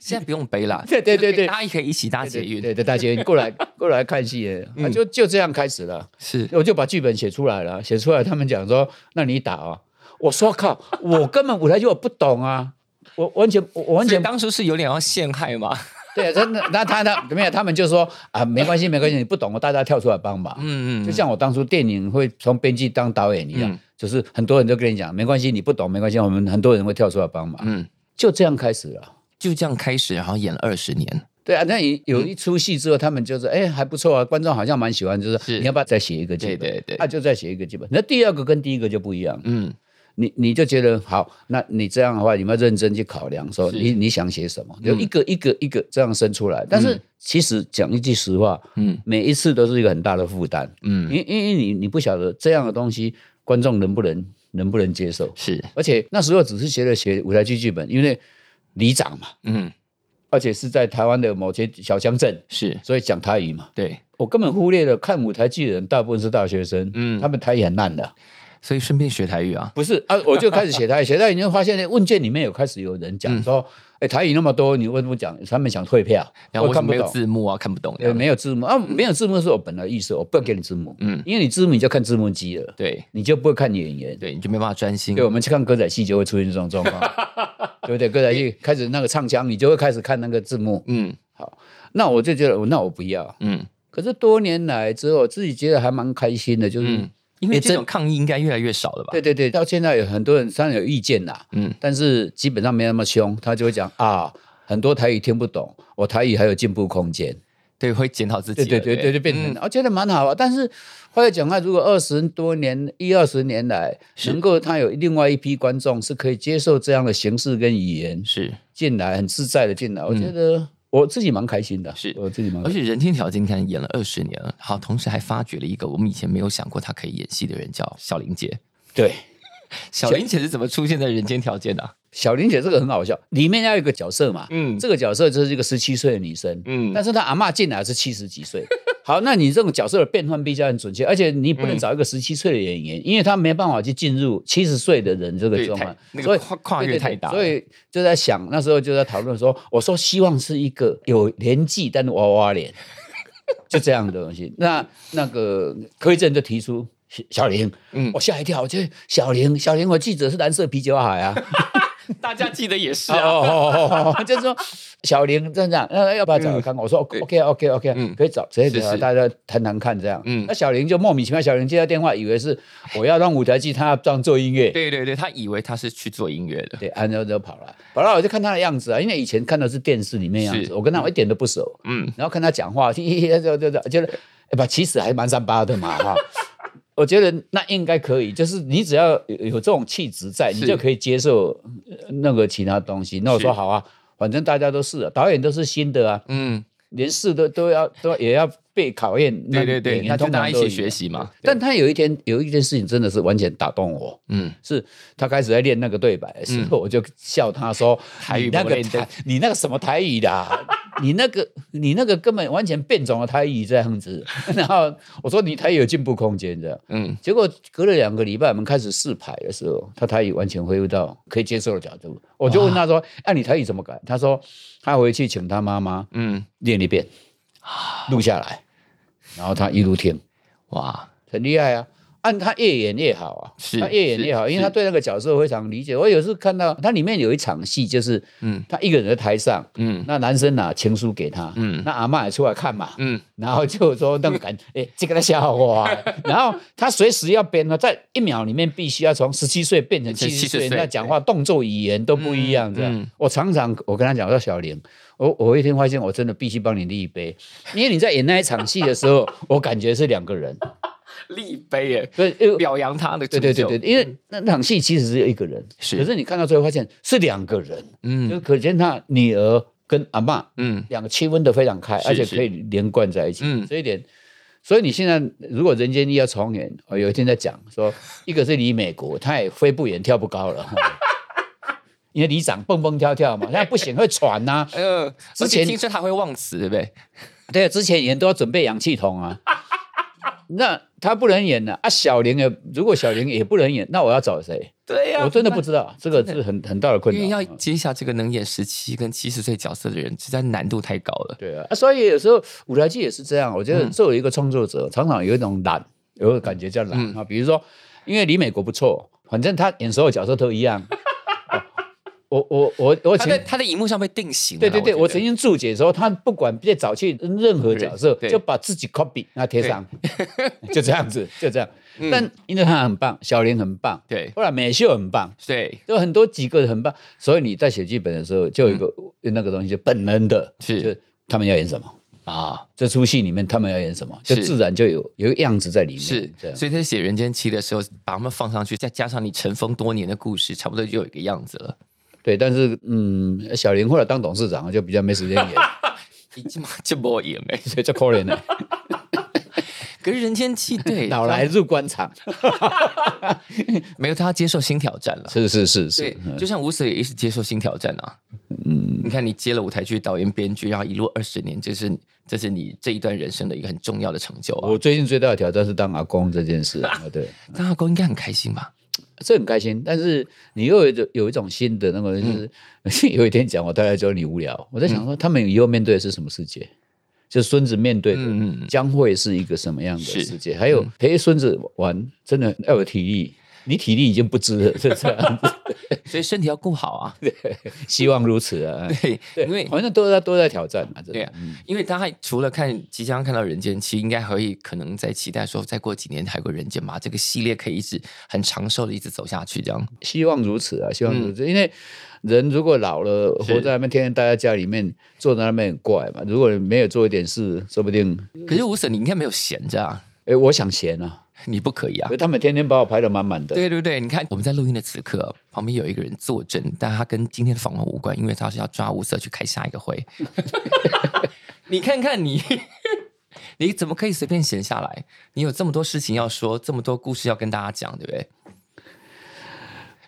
Speaker 3: 现在不用背了，
Speaker 2: 对对对对
Speaker 3: 大家也可以一起搭 捷运，嗯
Speaker 2: 对对，大姐过来过来看戏耶，啊就就这样开始了。
Speaker 3: 是
Speaker 2: 我就把剧本写出来了，写出来他们讲说，那你打啊，我说靠，我根本舞台剧我不懂啊，我我完全我我完
Speaker 3: 所以
Speaker 2: 全
Speaker 3: 当初是有点要陷害嘛，
Speaker 2: 对，啊真的，那他他没有，他们就说啊，没关系没关系，你不懂，大家跳出来帮忙。
Speaker 3: 嗯
Speaker 2: 就像我当初电影会从编剧当导演一样，
Speaker 3: 嗯
Speaker 2: 就是很多人都跟你讲，没关系，你不懂没关系，我们很多人会跳出来帮忙，
Speaker 3: 嗯，
Speaker 2: 就这样开始了。
Speaker 3: 就这样开始，然后演了二十年，
Speaker 2: 对啊，那你
Speaker 3: 嗯
Speaker 2: 有一出戏之后，他们就是哎还不错啊，观众好像蛮喜欢，就是
Speaker 3: 是
Speaker 2: 你要不要再写一个剧本？
Speaker 3: 对对对
Speaker 2: 啊就再写一个剧本。那第二个跟第一个就不一样，
Speaker 3: 嗯，
Speaker 2: 你你就觉得好，那你这样的话，你们要认真去考量说
Speaker 3: 是
Speaker 2: 你你想写什么，就一个一个一个这样生出来。但是其实讲一句实话，
Speaker 3: 嗯
Speaker 2: 嗯，每一次都是一个很大的负担，
Speaker 3: 嗯
Speaker 2: 嗯，因因为你你不晓得这样的东西观众能不能能不能接受，
Speaker 3: 是，
Speaker 2: 而且那时候只是学了写舞台剧剧本，因为里长嘛，
Speaker 3: 嗯
Speaker 2: 而且是在台湾的某些小乡镇，
Speaker 3: 是，
Speaker 2: 所以讲台语嘛。
Speaker 3: 对，
Speaker 2: 我根本忽略了看舞台剧的人大部分是大学生，
Speaker 3: 嗯
Speaker 2: 嗯，他们台语很烂的，
Speaker 3: 所以顺便学台语啊，
Speaker 2: 不是啊，我就开始写台语，写台语你会发现，哎问卷里面有开始有人
Speaker 3: 嗯
Speaker 2: 讲说，哎、台语那么多，你为什么讲？他们想退票，
Speaker 3: 然后哎为
Speaker 2: 我
Speaker 3: 什
Speaker 2: 看
Speaker 3: 么
Speaker 2: 不
Speaker 3: 没有
Speaker 2: 懂。
Speaker 3: 字幕啊，看不懂这
Speaker 2: 呃，
Speaker 3: 样，
Speaker 2: 没有字幕啊，没有字幕是我本来意思，我不要给你字幕，
Speaker 3: 嗯
Speaker 2: 嗯，因为你字幕你就看字幕机了，
Speaker 3: 对
Speaker 2: 你就不会看演员。
Speaker 3: 对，你就没办法专心
Speaker 2: 对，，我们去看歌仔戏就会出现这种状 况，对不对？歌仔戏开始那个唱腔，你就会开始看那个字幕。
Speaker 3: 嗯
Speaker 2: 那我就觉得，哦那我不要。
Speaker 3: 嗯
Speaker 2: 可是多年来之后，自己觉得还蛮开心的，就是、
Speaker 3: 嗯，因为
Speaker 2: 也
Speaker 3: 这
Speaker 2: 真
Speaker 3: 种抗议应该越来越少了吧？
Speaker 2: 对对对，到现在有很多人当然有意见啦，
Speaker 3: 嗯
Speaker 2: 嗯，但是基本上没那么凶，他就会讲啊，很多台语听不懂，我台语还有进步空间。
Speaker 3: 对，会检讨自己
Speaker 2: 对
Speaker 3: 了，
Speaker 2: 对对对，就变成
Speaker 3: 嗯
Speaker 2: 我、觉得蛮好啊。但是后来讲啊，如果二十多年一二十年来，能够他有另外一批观众是可以接受这样的形式跟语言
Speaker 3: 是
Speaker 2: 嗯进来，很自在的进来，我觉得我自己蛮开心的，
Speaker 3: 是
Speaker 2: 我自己蛮
Speaker 3: 而
Speaker 2: 开心。
Speaker 3: 且任天堂今天演了二十年了，好，同时还发掘了一个我们以前没有想过他可以演戏的人，叫小林姐。
Speaker 2: 对，
Speaker 3: 小林姐是怎么出现在人间条件的、
Speaker 2: 小林姐这个很好笑，里面要有一个角色嘛，
Speaker 3: 嗯
Speaker 2: 这个角色就是一个十七岁的女生，
Speaker 3: 嗯
Speaker 2: 但是她阿嬷进来是七十几岁。 好，那你这种角色的变换必须要很准确，而且你不能找一个十七岁的演员，因为他没办法去进入七十岁的人这个
Speaker 3: 对
Speaker 2: 状态
Speaker 3: 太，那个
Speaker 2: 所以
Speaker 3: 跨跨越
Speaker 2: 对对对
Speaker 3: 太大
Speaker 2: 所以就在想，那时候就在讨论说，我说希望是一个有年纪但是娃娃脸， 就这样的东西。那那个柯一正就提出小小林，
Speaker 3: 嗯
Speaker 2: 我吓一跳，我觉得小林，小林，我记得是蓝色啤酒海啊。
Speaker 3: 大家记得也是
Speaker 2: 哦哦 哦哦哦，就是说小林这样，那要不要找来看看？我说
Speaker 3: 嗯对
Speaker 2: OK OK OK，、
Speaker 3: 嗯
Speaker 2: 可以找，谁
Speaker 3: 是
Speaker 2: 找
Speaker 3: 是
Speaker 2: 大家谈谈看这样。
Speaker 3: 嗯
Speaker 2: 那小林就莫名其妙，小林接到电话，以为是我要让舞台剧，他要装做音乐。
Speaker 3: 对对对，他以为他是去做音乐的，
Speaker 2: 对，按照就跑了，跑了我就看他的样子啊，因为以前看的是电视里面样
Speaker 3: 是
Speaker 2: 子，我跟他我一点都不熟，
Speaker 3: 嗯，
Speaker 2: 然后看他讲话，就就就就觉得，哎吧，其实还蛮三八的嘛哈。 我觉得那应该可以，就是你只要有有这种气质在，
Speaker 3: 是
Speaker 2: 你就可以接受呃那个其他东西。那我说
Speaker 3: 是
Speaker 2: 好啊，反正大家都是啊、导演都是新的啊，
Speaker 3: 嗯，
Speaker 2: 连试都都要都也要被考验。嗯那
Speaker 3: 对对对，
Speaker 2: 你
Speaker 3: 那
Speaker 2: 看
Speaker 3: 就
Speaker 2: 通
Speaker 3: 大
Speaker 2: 常
Speaker 3: 家一
Speaker 2: 都
Speaker 3: 起
Speaker 2: 样
Speaker 3: 学。习嘛。
Speaker 2: 但他有一天有一件事情真的是完全打动我，
Speaker 3: 嗯，
Speaker 2: 是他开始在练那个对白的时候，我就笑他说：“
Speaker 3: 台语
Speaker 2: 你那
Speaker 3: 不
Speaker 2: 个
Speaker 3: 练的
Speaker 2: 台，你那个什么台语 的啊、你那个你那个根本完全变种的台语这样子。” 然后我说：“你台语有进步空间的。”
Speaker 3: 嗯，
Speaker 2: 结果隔了两个礼拜，我们开始试牌的时候，他台语完全恢复到可以接受的角度。我就问他说：“啊，你台语怎么改？”他说：“他回去请他妈妈
Speaker 3: 嗯，
Speaker 2: 练一遍，录下来，然后他一路听。”
Speaker 3: 哇，
Speaker 2: 很厉害啊。按他越演越好啊，
Speaker 3: 是
Speaker 2: 他越演越好，
Speaker 3: 是
Speaker 2: 因为他对那个角色非常理解。我有时看到他里面有一场戏，就是
Speaker 3: 嗯
Speaker 2: 他一个人在台上，
Speaker 3: 嗯
Speaker 2: 那男生拿情书给他，
Speaker 3: 嗯
Speaker 2: 那阿嬷也出来看嘛，
Speaker 3: 嗯，
Speaker 2: 然后就说那个感，哎、这个他笑话、啊 然后他随时要变呢，在一秒里面必须要从十七岁变成
Speaker 3: 变成
Speaker 2: 七十
Speaker 3: 70岁
Speaker 2: 岁，那讲话动作语言都不一样。这样，
Speaker 3: 嗯嗯
Speaker 2: 我常常我跟他讲，我说小林，我我有一天发现我真的必须帮你立一杯，因为你在演那一场戏的时候， 我感觉是两个人，
Speaker 3: 立碑耶，
Speaker 2: 所以因为
Speaker 3: 表扬他的
Speaker 2: 对对对对，因为那那场戏其实只有一个人，
Speaker 3: 嗯是
Speaker 2: 可是你看到最后发现是两个人，
Speaker 3: 嗯
Speaker 2: 就可见他女儿跟阿嬷
Speaker 3: 嗯，
Speaker 2: 两个区分的非常开，
Speaker 3: 是
Speaker 2: 而且
Speaker 3: 是
Speaker 2: 可以连贯在一起。
Speaker 3: 嗯
Speaker 2: 这一点，所以你现在如果《人间一》要重演，我有一天在讲说，一个是离美国，他也飞不远，跳不高了。 因为里长蹦蹦跳跳嘛，那不行会喘呐、
Speaker 3: 呃，
Speaker 2: 之
Speaker 3: 而且
Speaker 2: 前
Speaker 3: 听说他会忘词，对不对？
Speaker 2: 对，啊之前演都要准备氧气筒啊。 那他不能演了啊，小玲也如果小玲也不能演，那我要找谁？
Speaker 3: 对呀，
Speaker 2: 我真的不知道，这个
Speaker 3: 真
Speaker 2: 是很很大的困
Speaker 3: 因为
Speaker 2: 扰嗯
Speaker 3: 要。接下这个能演十七跟七十岁角色的人，实在难度太高了。
Speaker 2: 对啊，啊所以有时候舞台剧也是这样。我觉
Speaker 3: 嗯
Speaker 2: 得作为一个创作者，常常有一种懒，有一个感觉叫懒
Speaker 3: 嗯
Speaker 2: 啊。比如说，因为李美国不错，反正他演所有角色都一样。 我我我我
Speaker 3: 他在
Speaker 2: 前
Speaker 3: 他在荧幕上被定型了
Speaker 2: 对
Speaker 3: 啦。
Speaker 2: 对对，我
Speaker 3: 觉
Speaker 2: 曾
Speaker 3: 得
Speaker 2: 经注解说，他不管在早期任何角色
Speaker 3: 对对，
Speaker 2: 就把自己 copy 那贴上， 就这样子，就这样。
Speaker 3: 嗯
Speaker 2: 但因为他很棒，小林很棒，
Speaker 3: 对
Speaker 2: 后来美秀很棒，
Speaker 3: 对
Speaker 2: 有很多几个很棒，所以你在写剧本的时候，就有一个、那个东西，就本能的，
Speaker 3: 是
Speaker 2: 就他们要演什么，
Speaker 3: 啊，
Speaker 2: 这出戏里面他们要演什么，就是自然就有有一个样子在里面。
Speaker 3: 是
Speaker 2: 这，样。
Speaker 3: 所以在写《人间七》的时候，把他们放上去，再加上你尘封多年的故事，差不多就有一个样 子了。
Speaker 2: 对，但是嗯，小林后来当董事长就比较没时间 演，
Speaker 3: 已经嘛这波也没，
Speaker 2: 所以就可怜了，
Speaker 3: 可是《人间七》对
Speaker 2: 老来入官场。
Speaker 3: 他没有他要接受新挑战了。
Speaker 2: 是是是
Speaker 3: 对
Speaker 2: 是，，
Speaker 3: 就像吴 Sir 也一直接受新挑战啊。嗯嗯，你看你接了舞台剧导演、编剧，然后一路二十年，这是这是你这一段人生的一个很重要的成就啊。
Speaker 2: 我最近最大的挑战是当阿公这件事啊，对，
Speaker 3: 当阿公应该很开心吧？
Speaker 2: 这很开心。但是你又有一种有一种新的那个，就是、
Speaker 3: 嗯
Speaker 2: 有一天讲我太太说你无聊，我在想说他们以后面对的是什么世界，就孙子面对的
Speaker 3: 嗯嗯嗯
Speaker 2: 将会是一个什么样的
Speaker 3: 是嗯
Speaker 2: 世界？还有陪孙子玩，真的哎要有体力。你体力已经不支 了，是这样子，
Speaker 3: 所以身体要顾好啊。
Speaker 2: 希望如此啊。哎
Speaker 3: 对， 因为
Speaker 2: 反正都在都在挑战嘛，嗯这
Speaker 3: 对啊，因为大家除了看即将看到《人间七》，应该还会可能在期待说，再过几年还有个《人间》吧，这个系列可以一直很长寿的一直走下去，这样。
Speaker 2: 希望如此啊，希望如此。因为人如果老了，
Speaker 3: 嗯是
Speaker 2: 活在那边，天天待在家里面，坐在那边很怪嘛。如果没有做一点事，说不定
Speaker 3: 可是吴 Sir，你应该没有闲着啊？
Speaker 2: 哎，我想闲啊，
Speaker 3: 你不可以啊
Speaker 2: 可是！他们天天把我排得满满的。
Speaker 3: 对对对，你看我们在录音的此刻，旁边有一个人坐镇，但他跟今天的访问无关，因为他是要抓五色去开下一个会。你看看你， 你怎么可以随便闲下来？你有这么多事情要说，这么多故事要跟大家讲，对不对？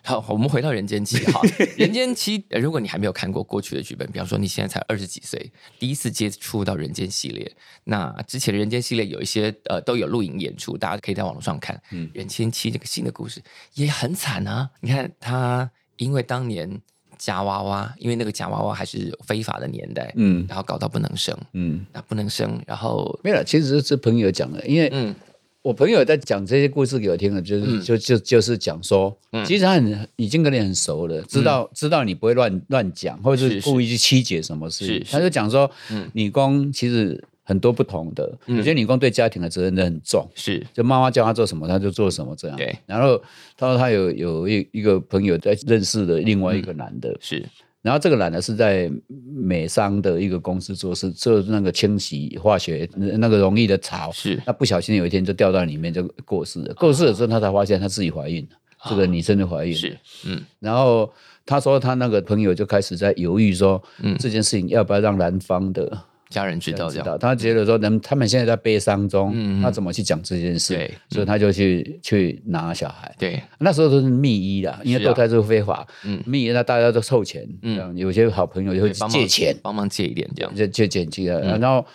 Speaker 3: 好，我们回到《人间七》哈，《人间七》呃如果你还没有看过过去的剧本，比方说你现在才二十几岁，第一次接触到《人间》系列，那之前的《人间》系列有一些呃都有录影演出，大家可以在网络上看。嗯，《人间七》这个新的故事也很惨啊！你看他因为当年夹娃娃，因为那个夹娃娃还是非法的年代，
Speaker 2: 嗯
Speaker 3: 然后搞到不能生，
Speaker 2: 嗯，
Speaker 3: 那不能生，然后
Speaker 2: 没有啦，其实是朋友讲的，因为
Speaker 3: 嗯
Speaker 2: 我朋友在讲这些故事给我听了，就是、就就就是讲说，
Speaker 3: 嗯
Speaker 2: 其实他很已经跟你很熟了，知道、知道你不会乱乱讲，或者
Speaker 3: 是
Speaker 2: 是
Speaker 3: 是
Speaker 2: 故意去曲解什么事情。
Speaker 3: 是是嗯
Speaker 2: 他就讲说，女工其实很多不同的，有些女工对家庭的责任都很重。
Speaker 3: 是
Speaker 2: 就妈妈叫她做什么，她就做什么这样。
Speaker 3: 对。
Speaker 2: 然后她说她有有一一个朋友在认识的另外一
Speaker 3: 嗯
Speaker 2: 个男的，
Speaker 3: 是
Speaker 2: 然后这个男的是在美商的一个公司做事，做那个清洗化学那个溶液的槽，
Speaker 3: 是
Speaker 2: 那不小心有一天就掉到里面就过世了。过世的时候，她才发现她自己怀孕了，这个女生就怀孕了。
Speaker 3: 啊是，嗯
Speaker 2: 然后她说她那个朋友就开始在犹豫说，
Speaker 3: 嗯
Speaker 2: 这件事情要不要让男方的
Speaker 3: 家人知道这
Speaker 2: 知
Speaker 3: 样，
Speaker 2: 道，他觉得说，人他们现在在悲伤中，他怎么去讲这件事
Speaker 3: 嗯对？嗯
Speaker 2: 所以他就去去拿小孩。
Speaker 3: 对
Speaker 2: 那时候都是密医啦，因为
Speaker 3: 是啊嗯
Speaker 2: 堕胎是非法，密医那大家都凑钱，这样有些好朋友就会
Speaker 3: 对帮忙嗯
Speaker 2: 借钱，
Speaker 3: 帮忙借一点这样，
Speaker 2: 就借钱去了，然后。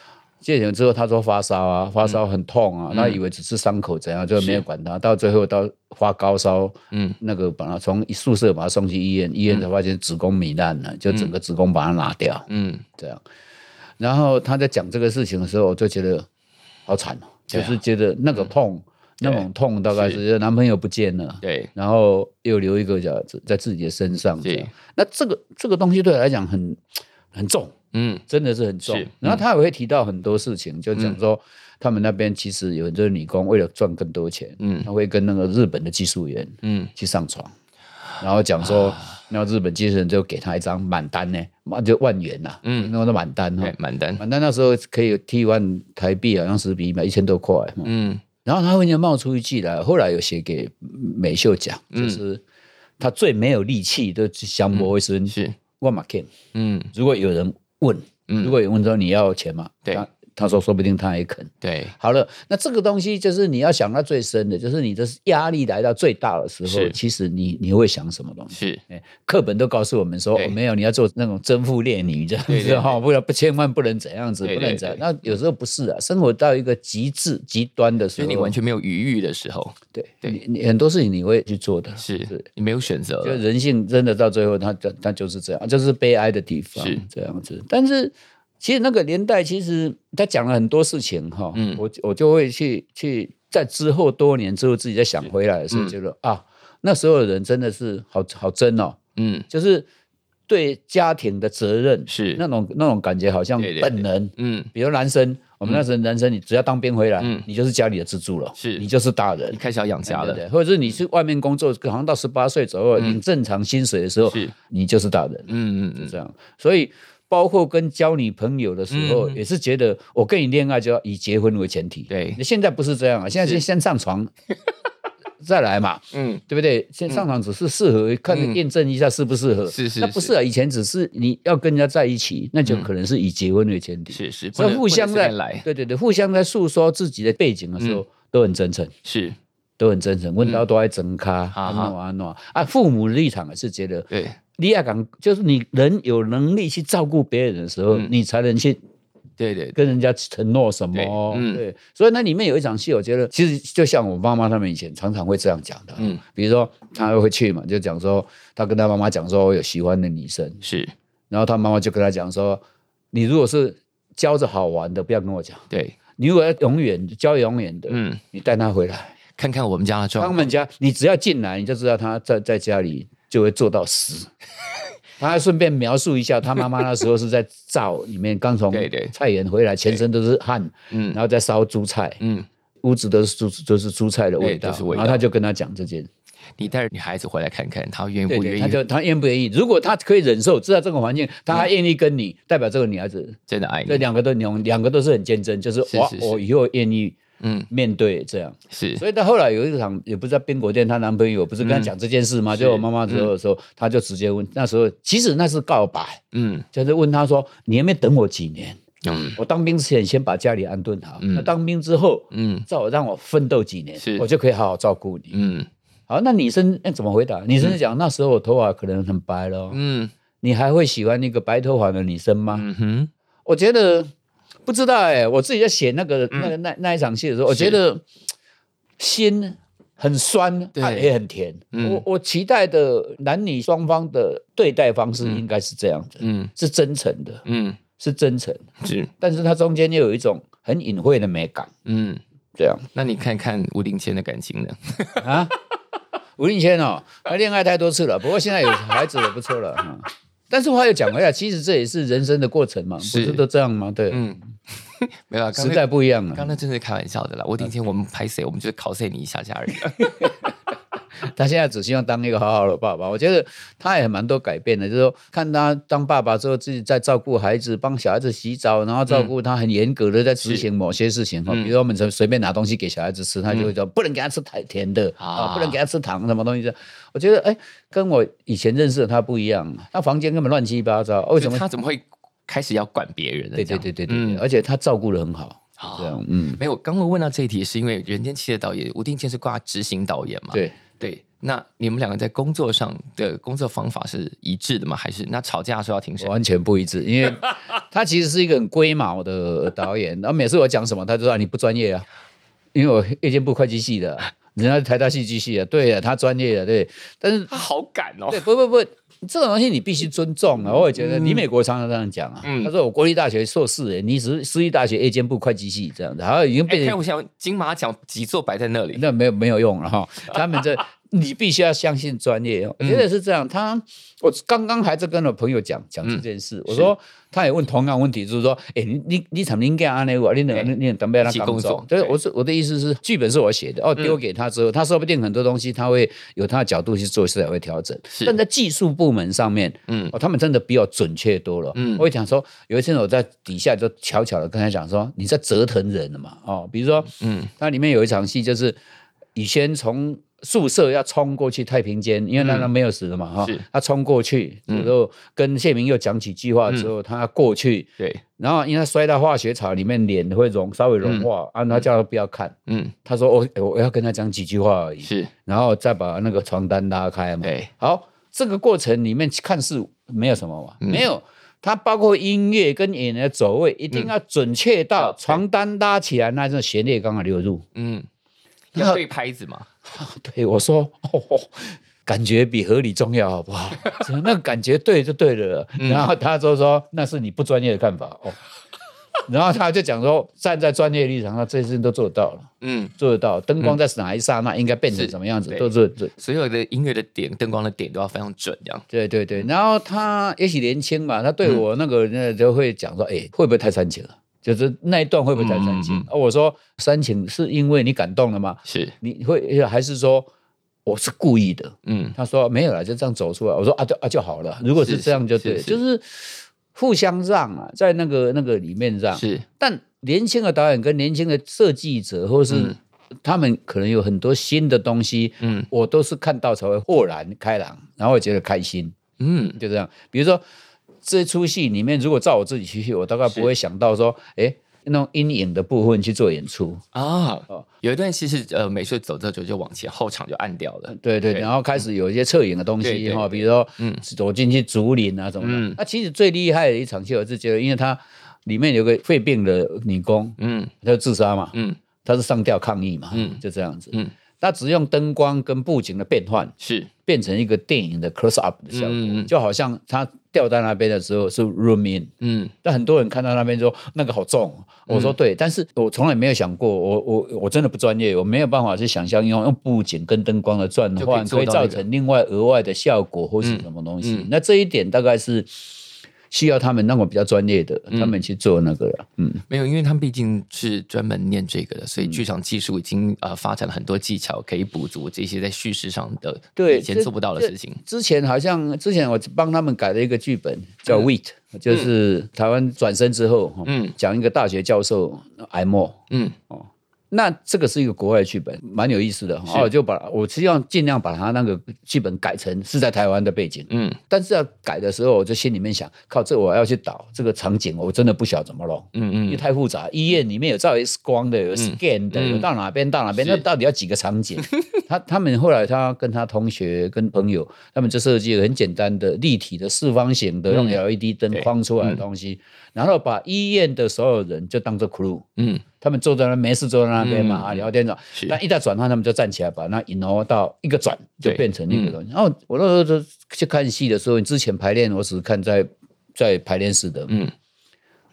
Speaker 2: 借钱之后，他说发烧
Speaker 3: 嗯
Speaker 2: 啊，发烧很痛啊，他以为只是伤口怎样，就没有管他。到最后到发高烧，
Speaker 3: 嗯
Speaker 2: 那个把他从宿舍把他送去医院，医院才发现子宫糜烂了，就整个子宫把它拿掉。
Speaker 3: 嗯，
Speaker 2: 这样。然后他在讲这个事情的时候，我就觉得好惨哦，就
Speaker 3: 对啊
Speaker 2: 是觉得那个痛，那种痛大概是男朋友不见了。
Speaker 3: 对
Speaker 2: 然后又留一个小子在自己的身上，
Speaker 3: 对
Speaker 2: 这样。那这个这个东西对我来讲很很重，
Speaker 3: 嗯
Speaker 2: 真的是很重。
Speaker 3: 是嗯
Speaker 2: 然后他也会提到很多事情，就讲说、他们那边其实有很多女工为了赚更多钱，
Speaker 3: 嗯
Speaker 2: 他会跟那个日本的技术员
Speaker 3: 嗯，
Speaker 2: 去上床，然后讲说，
Speaker 3: 啊
Speaker 2: 那日本技术员就给他一张满单呢，满就万元呐、
Speaker 3: 嗯
Speaker 2: 嗯，那个满单哈
Speaker 3: 对，，满单，
Speaker 2: 满单那时候可以 T 万台币，好像十比一嘛，一千多块嘛。
Speaker 3: 嗯
Speaker 2: 然后他忽然间冒出一句来，后来有写给美秀奖，
Speaker 3: 嗯
Speaker 2: 就是他最没有力气的降魔一生，
Speaker 3: 嗯是，
Speaker 2: 我马 Ken。
Speaker 3: 嗯
Speaker 2: 如果有人问，
Speaker 3: 嗯
Speaker 2: 如果有人问说你要钱吗？
Speaker 3: 对
Speaker 2: 他，他说说不定他也肯。
Speaker 3: 对
Speaker 2: 好了，那这个东西就是你要想到最深的，就是你的压力来到最大的时候
Speaker 3: 是，
Speaker 2: 其实你你会想什么东西？
Speaker 3: 是，
Speaker 2: 哎课本都告诉我们说，
Speaker 3: 对
Speaker 2: 哦没有你要做那种征服烈女这样
Speaker 3: 对对
Speaker 2: 子哈，不然不千万不能怎样子，
Speaker 3: 对
Speaker 2: 不
Speaker 3: 对
Speaker 2: 能怎样。
Speaker 3: 对
Speaker 2: 那有时候不是啊，生活到一个极致极端的时
Speaker 3: 所
Speaker 2: 候，
Speaker 3: 以你完全没有余裕的时候，
Speaker 2: 对，
Speaker 3: 对
Speaker 2: 你你很多事情你会去做的，
Speaker 3: 是你没有选择
Speaker 2: 就
Speaker 3: 了，
Speaker 2: 人性真的到最后，他他他就是这样，啊就是悲哀的地方，
Speaker 3: 是
Speaker 2: 这样子。但是其实那个年代，其实他讲了很多事情哈，
Speaker 3: 嗯
Speaker 2: 我我就会去去在之后多年之后自己再想回来的时候，
Speaker 3: 嗯
Speaker 2: 觉得、啊，那时候的人真的是好好真哦，
Speaker 3: 嗯
Speaker 2: 就是对家庭的责任
Speaker 3: 是
Speaker 2: 那种那种感觉，好像
Speaker 3: 对对对
Speaker 2: 本能。
Speaker 3: 嗯，
Speaker 2: 比如男生，我们那时候男生，你只要当兵回来，
Speaker 3: 嗯
Speaker 2: 你就是家里的支柱了，
Speaker 3: 是
Speaker 2: 你就是大人
Speaker 3: 你。开始要养家
Speaker 2: 对
Speaker 3: 了，
Speaker 2: 对，或者是你去外面工作，好像到十八岁左右
Speaker 3: 嗯
Speaker 2: 领正常薪水的时候
Speaker 3: 是，
Speaker 2: 你就是大人，
Speaker 3: 嗯嗯
Speaker 2: 就
Speaker 3: 嗯，
Speaker 2: 这样。所以包括跟交女朋友的时候，
Speaker 3: 嗯
Speaker 2: 也是觉得我跟你恋爱就要以结婚为前提。
Speaker 3: 对
Speaker 2: 现在不是这样啊，现在
Speaker 3: 是
Speaker 2: 先先上床， 再来嘛。
Speaker 3: 嗯
Speaker 2: 对不对？先上场只是适合，看
Speaker 3: 嗯
Speaker 2: 验证一下适不适合。
Speaker 3: 是是
Speaker 2: 那不是啊，以前只是你要跟人家在一起，那就可能是以结婚为前提。
Speaker 3: 是是，嗯不
Speaker 2: 所以
Speaker 3: 能
Speaker 2: 互相
Speaker 3: 不能随
Speaker 2: 在
Speaker 3: 便来，
Speaker 2: 对对对，互相在诉说自己的背景的时候，都很真诚，
Speaker 3: 是
Speaker 2: 都很真诚，问到都在整卡，
Speaker 3: 哈
Speaker 2: 安
Speaker 3: 嗯哈
Speaker 2: 诺安诺啊。父母的立场也是觉得，
Speaker 3: 对，
Speaker 2: 你要敢，就是你人有能力去照顾别人的时候，你才能去
Speaker 3: 对对对
Speaker 2: 跟人家承诺什
Speaker 3: 嗯对
Speaker 2: 么。
Speaker 3: 嗯
Speaker 2: 对，所以那里面有一场戏，我觉得其实就像我妈妈他们以前常常会这样讲的。啊
Speaker 3: 嗯，
Speaker 2: 比如说他会去嘛，就讲说他跟他妈妈讲说我有喜欢的女生，
Speaker 3: 是，
Speaker 2: 然后他妈妈就跟他讲说，你如果是教着好玩的，不要跟我讲；
Speaker 3: 对，
Speaker 2: 你如果要永远教永远的，
Speaker 3: 嗯，
Speaker 2: 你带他回来。
Speaker 3: 看看我们家的状
Speaker 2: 他
Speaker 3: 况，
Speaker 2: 们家你只要进来，你就知道他在在家里就会做到死。 他还顺便描述一下，他妈妈那时候是在灶里面，刚从
Speaker 3: 对对
Speaker 2: 菜园回来，全身都是汗，
Speaker 3: 嗯
Speaker 2: 然后在烧猪菜，
Speaker 3: 嗯，
Speaker 2: 屋子都是猪都是猪菜的味
Speaker 3: 对
Speaker 2: 道，
Speaker 3: 都是味
Speaker 2: 然
Speaker 3: 道
Speaker 2: 后他就跟他讲这件
Speaker 3: 你带着你孩子回来看看，他愿
Speaker 2: 对
Speaker 3: 不
Speaker 2: 对，
Speaker 3: 愿
Speaker 2: 他
Speaker 3: 意
Speaker 2: 就他愿不愿意？如果他可以忍受，知道这个环境，
Speaker 3: 嗯
Speaker 2: 他还愿意跟你，代表这个女孩子，
Speaker 3: 真的爱你
Speaker 2: 这？两个都两两个都是很坚贞，就是
Speaker 3: 嗯
Speaker 2: 哦
Speaker 3: 是
Speaker 2: 我
Speaker 3: 是是
Speaker 2: 我以后愿意嗯，面对这样。
Speaker 3: 是，
Speaker 2: 所以到后来有一场也不知道边国店，她男朋友不是跟她讲这件事吗？就我妈妈之后的时候，她就直接问，那时候其实那是告白，
Speaker 3: 嗯
Speaker 2: 就是问她说：“你有没有等我几年？
Speaker 3: 嗯
Speaker 2: 我当兵之前先把家里安顿好，
Speaker 3: 嗯
Speaker 2: 那当兵之后，
Speaker 3: 嗯
Speaker 2: 再我让我奋斗几年
Speaker 3: 是，
Speaker 2: 我就可以好好照顾你。
Speaker 3: 嗯
Speaker 2: 好，那女生那怎么回答？女生讲、那时候我头发可能很白了，
Speaker 3: 嗯
Speaker 2: 你还会喜欢那个白头发的女生吗？
Speaker 3: 嗯哼，
Speaker 2: 我觉得不知道哎、我自己在写那个、
Speaker 3: 嗯
Speaker 2: 那个那那一场戏的时候，我觉得心很酸，
Speaker 3: 对
Speaker 2: 啊也很甜。
Speaker 3: 嗯
Speaker 2: 我我期待的男女双方的对待方式应该是这样子，
Speaker 3: 嗯
Speaker 2: 是真诚的，
Speaker 3: 嗯
Speaker 2: 是真诚，
Speaker 3: 是，
Speaker 2: 但是它中间又有一种很隐晦的美感，
Speaker 3: 嗯，
Speaker 2: 这样
Speaker 3: 那你看看吴林谦的感情呢？
Speaker 2: 啊。 吴令谦哦，他恋爱太多次了，不过现在有孩子也不错了哈、但是话又讲回来，其实这也是人生的过程嘛，
Speaker 3: 是
Speaker 2: 不是都这样吗？对，
Speaker 3: 嗯， 没有啊，刚
Speaker 2: 时
Speaker 3: 才
Speaker 2: 代不一样
Speaker 3: 刚
Speaker 2: 了。
Speaker 3: 才真的是开玩笑的啦。我林谦，我们拍谁，我们就 cos 你一下下而已。
Speaker 2: 他现在只希望当一个好好的爸爸。我觉得他也蛮多改变的，就是说看他当爸爸之后，自己在照顾孩子，帮小孩子洗澡，然后照
Speaker 3: 嗯
Speaker 2: 顾他，很严格的在执行某些事情哈。比如说我们随随便拿东西给小孩子吃，他就会说不能给他吃太甜的
Speaker 3: 嗯啊
Speaker 2: 啊，不能给他吃糖什么东西的。我觉得哎，跟我以前认识的他不一样，他房间根本乱七八糟，哦为什
Speaker 3: 就
Speaker 2: 么？
Speaker 3: 他怎么会开始要管别人呢？
Speaker 2: 对对
Speaker 3: 这样
Speaker 2: 对对对，对，而且他照顾的很好，
Speaker 3: 啊
Speaker 2: 这样嗯，
Speaker 3: 没有，刚刚问到这一题是因为《人间七》的导演吴定谦是挂执行导演嘛？
Speaker 2: 对。
Speaker 3: 对，那你们两个在工作上的工作方法是一致的吗？还是那吵架的时候要听谁？
Speaker 2: 完全不一致，因 为他其实是一个很龟毛的导演。然后每次我讲什么，他就说啊你不专业啊，因为我夜间部会计系的啊，人家台大戏剧系的，对啊，他专业的，对。但是
Speaker 3: 他好敢哦嗯
Speaker 2: 对，不不不，这种东西你必须尊重啊。我也觉得李美国常常这样讲啊，他说我国立大学硕士、欸，你只是私立大学夜间部会计系这样子，然后已经
Speaker 3: 哎，
Speaker 2: 被
Speaker 3: 开玩笑，金马奖几座摆在那里，
Speaker 2: 那没有没有用了哈。他们 这你必须要相信专业，我
Speaker 3: 嗯
Speaker 2: 觉得是这样。他我刚刚还在跟我朋友讲讲
Speaker 3: 嗯
Speaker 2: 这件事，我说他也问同样问题，就是说，哎、你你你怎么应该安那我，你
Speaker 3: 对
Speaker 2: 能你你准备让
Speaker 3: 一起
Speaker 2: 他
Speaker 3: 工
Speaker 2: 工
Speaker 3: 作嗯
Speaker 2: 作？对，
Speaker 3: 对
Speaker 2: 我是我的意思是，剧本是我写的，哦，丢给他之后，他说不定很多东西他会有他的角度去做，是也会调整。
Speaker 3: 是
Speaker 2: 但在技术部门上面，
Speaker 3: 嗯
Speaker 2: 嗯、哦，他们真的比我准确多了。
Speaker 3: 嗯
Speaker 2: 嗯，我会讲说，有一天我在底下就悄悄的跟他讲说，你在折腾人了嘛？哦，比如说，
Speaker 3: 嗯
Speaker 2: 嗯，它里面有一场戏就是以前从宿舍要冲过去太平间，因为那那没有死的嘛哈、
Speaker 3: 嗯是嗯
Speaker 2: 他冲过去之后，跟谢明又讲几句话之后，他过去，
Speaker 3: 对，
Speaker 2: 然后因为他摔到化学槽里面，脸会融稍微融化，啊，他叫他不要看。
Speaker 3: 嗯，
Speaker 2: 他说：“我、哎我要跟他讲几句话而已。”
Speaker 3: 是，
Speaker 2: 然后再把那个床单拉开嘛。
Speaker 3: 对，
Speaker 2: 好，这个过程里面看似没有什么嘛，没有。它包括音乐跟演员的走位，一定要准确到床单拉起来，那种弦乐刚好流入。
Speaker 3: 嗯，
Speaker 2: 那
Speaker 3: 要对拍子嘛，
Speaker 2: 对我说， 哦，哦感觉比合理重要，好不好？ 嗯那个感觉对就对了。然后他就说，那是你不专业的看法 哦。然后他就讲说，站在专业立场上，这些事情都做得到了，
Speaker 3: 嗯，
Speaker 2: 做得到。灯光在哪一刹那应该变成
Speaker 3: 是
Speaker 2: 什么样子，
Speaker 3: 对
Speaker 2: 都是对。
Speaker 3: 所有的音乐的点、灯光的点都要非常准，这样，
Speaker 2: 对对对，然后他也许年轻嘛，他对
Speaker 3: 嗯
Speaker 2: 我那个那就会讲说，哎、会不会太煽情了？就是那一段会不会太煽情？
Speaker 3: 嗯嗯
Speaker 2: 啊我说煽情是因为你感动了吗？
Speaker 3: 是，
Speaker 2: 你会还是说我是故意的？
Speaker 3: 嗯，
Speaker 2: 他说没有了，就这样走出来。我说啊，就啊就好了。如果
Speaker 3: 是
Speaker 2: 是
Speaker 3: 是
Speaker 2: 这样就是对，
Speaker 3: 是
Speaker 2: 就是互相让啊，在那个那个里面让。
Speaker 3: 是，
Speaker 2: 但年轻的导演跟年轻的设计者，或是、他们可能有很多新的东西，
Speaker 3: 嗯
Speaker 2: 我都是看到才会豁然开朗，然后我觉得开心。
Speaker 3: 嗯，
Speaker 2: 就这样。比如说这出戏里面，如果照我自己去，我大概不会想到说，哎，那种阴影的部分去做演出。
Speaker 3: 啊，有一段戏是呃，美术走着走着就往前，后场就按掉了，
Speaker 2: 对对，
Speaker 3: 对
Speaker 2: 然后开始有一些侧影的东
Speaker 3: 对
Speaker 2: 西
Speaker 3: 对
Speaker 2: 哈，
Speaker 3: 对
Speaker 2: 比如说
Speaker 3: 嗯
Speaker 2: 走进去竹林啊什么
Speaker 3: 嗯
Speaker 2: 的。那其实最厉害的一场戏，我是觉得，因为它里面有个肺病的女工，
Speaker 3: 嗯
Speaker 2: 她就自杀嘛，
Speaker 3: 嗯，
Speaker 2: 她是上吊抗议嘛
Speaker 3: 嗯，
Speaker 2: 就这样子
Speaker 3: 嗯。
Speaker 2: 她只用灯光跟布景的变换，
Speaker 3: 是，
Speaker 2: 变成一个电影的 close up 的效
Speaker 3: 嗯嗯
Speaker 2: 果
Speaker 3: 嗯，
Speaker 2: 就好像她掉在那边的时候是 room in，
Speaker 3: 嗯
Speaker 2: 但很多人看到那边说那个好重哦，我说对，但是我从来没有想过，我我我真的不专业，我没有办法去想象用用布景跟灯光的转
Speaker 3: 就可以
Speaker 2: 换
Speaker 3: 做
Speaker 2: 可
Speaker 3: 到嗯
Speaker 2: 以造成另外额外的效果或是什么东西。那这一点大概是需要他们那种比较专业的，
Speaker 3: 嗯
Speaker 2: 他们去做那个了。嗯，
Speaker 3: 没有，因为他们毕竟是专门念这个的，所以剧场技术已经呃发展了很多技巧，可以补足这些在叙事上的
Speaker 2: 对
Speaker 3: 以前
Speaker 2: 这
Speaker 3: 做不到的
Speaker 2: 这
Speaker 3: 事情。
Speaker 2: 之前好像之前我帮他们改了一个剧本叫《Wait》，就是台湾转身之后，哦
Speaker 3: 嗯
Speaker 2: 嗯，讲一个大学教授癌末。
Speaker 3: 嗯，
Speaker 2: 那这个是一个国外的剧本，蛮有意思的哈。哦，就把我希望尽量把它那个剧本改成是在台湾的背景，
Speaker 3: 嗯
Speaker 2: 但是要改的时候，我就心里面想，靠，这我要去导这个场景，我真的不晓得怎么弄。因
Speaker 3: 嗯
Speaker 2: 为
Speaker 3: 嗯，
Speaker 2: 太复杂，医院里面有照 X 光的，有 scan 的，
Speaker 3: 嗯
Speaker 2: 有到哪边到哪边，
Speaker 3: 是
Speaker 2: 那到底要几个场 景？他他们后来他跟他同学跟朋友，他们就设计了很简单的立体的四方形的，用 LED E 灯
Speaker 3: 嗯对
Speaker 2: 框出来的东西，然后把医院的所有人就当做 crew，
Speaker 3: 嗯
Speaker 2: 他们坐在那没事坐在那边嘛，
Speaker 3: 嗯
Speaker 2: 啊聊天的。
Speaker 3: 是
Speaker 2: 但一到转换，他们就站起来把那引流到一个转，就
Speaker 3: 对
Speaker 2: 变成
Speaker 3: 嗯
Speaker 2: 一个东西。然后我那时候就去看戏的时候，之前排练我只是看在在排练室的，
Speaker 3: 嗯，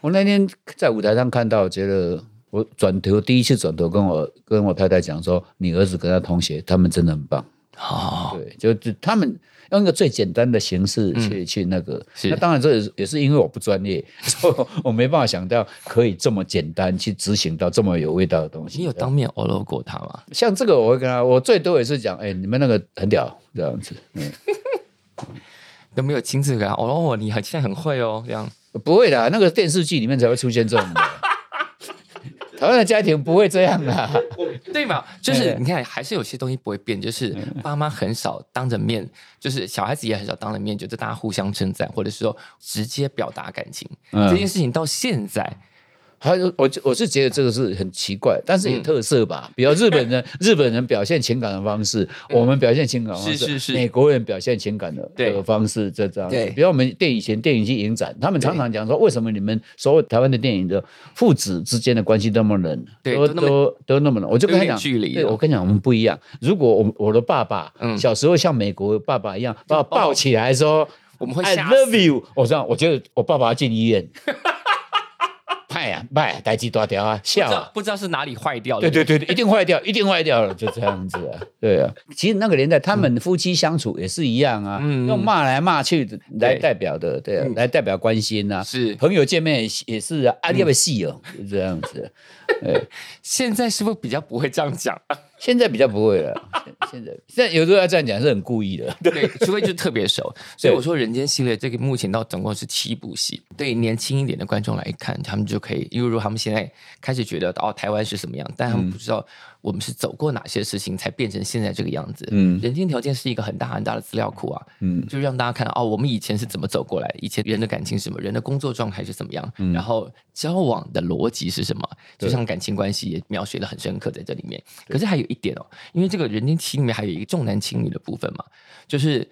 Speaker 2: 我那天在舞台上看到，觉得我转头第一次转头跟我跟我太太讲说，你儿子跟他同学，他们真的很棒。
Speaker 3: 好，
Speaker 2: 对，就就他们用一个最简单的形式去、去那个，
Speaker 3: 嗯是
Speaker 2: 那当然这也是也是因为我不专业，所以我没办法想到可以这么简单去执行到这么有味道的东西。
Speaker 3: 你有当面欧露过他吗？
Speaker 2: 像这个，我会跟他，我最多也是讲，哎、你们那个很屌这样子，嗯，
Speaker 3: 都没有亲自跟他欧露我，你很现在很会哦，这样
Speaker 2: 不会的，那个电视剧里面才会出现这 种的。台湾的家庭不会这样啊的，
Speaker 3: 对嘛？就是
Speaker 2: 对嗯
Speaker 3: 你看，还是有些东西不会变，就是爸妈很少当着面，就是小孩子也很少当着面，就是大家互相称赞，或者是说直接表达感情、
Speaker 2: 嗯
Speaker 3: 这件事情到现在，
Speaker 2: 还有，我就我是觉得这个是很奇怪，但是也特色吧。比如日本 人，日本人表现情感的方式，我们表现情感的方式，
Speaker 3: 嗯是是是
Speaker 2: 美国人表现情感的
Speaker 3: 对
Speaker 2: 的方式，这这样子
Speaker 3: 对
Speaker 2: 比如我们电影以前电影去影展，他们常常讲说，为什么你们所有台湾的电影的父子之间的关系那么冷，
Speaker 3: 对
Speaker 2: 都
Speaker 3: 都那么
Speaker 2: 都都那么冷？我就跟他
Speaker 3: 有
Speaker 2: 讲
Speaker 3: 点距离
Speaker 2: 对
Speaker 3: 了
Speaker 2: 我跟你讲，我们不一样。如果我我的爸爸，
Speaker 3: 哦嗯
Speaker 2: 小时候像美国爸爸一样，把我抱起来说。
Speaker 3: 我们会
Speaker 2: I
Speaker 3: 吓死
Speaker 2: love you。我知道，我觉得我爸爸要进医院， 派呀派，呆鸡大条啊，
Speaker 3: 不
Speaker 2: 笑
Speaker 3: 知道
Speaker 2: 啊。
Speaker 3: 不知道是哪里坏掉了，
Speaker 2: 对对对，对一定坏掉，一定坏掉了，就这样子啊， 对啊。其实那个年代，他们夫妻相处也是一样啊，
Speaker 3: 嗯
Speaker 2: 用骂来骂去的来
Speaker 3: 对
Speaker 2: 代表的，对啊
Speaker 3: 嗯，
Speaker 2: 来代表关心啊。
Speaker 3: 是
Speaker 2: 朋友见面也是也是啊，
Speaker 3: 嗯
Speaker 2: 啊，要不要戏哦，就这样子。
Speaker 3: 现在是不是比较不会这样讲？
Speaker 2: 现在比较不会了，现现在现在有时候要这样讲是很故意的。
Speaker 3: 对，除非就是特别熟。所以
Speaker 2: 对
Speaker 3: 我说，《人间》系列这个目前到总共是七部戏，对年轻一点的观众来看，他们就可以，因为如果他们现在开始觉得哦，台湾是什么样，但
Speaker 2: 嗯
Speaker 3: 他们不知道我们是走过哪些事情才变成现在这个样子。
Speaker 2: 嗯
Speaker 3: 人间条件是一个很大很大的资料库啊，
Speaker 2: 嗯
Speaker 3: 就让大家看哦，我们以前是怎么走过来，以前人的感情是什么，人的工作状态是怎么样，然后交往的逻辑是什么，就
Speaker 2: 嗯对
Speaker 3: 像感情关系也描写的很深刻在这里面。可是还有一点哦，因为这个人间七里面还有一个重男轻女的部分嘛，就是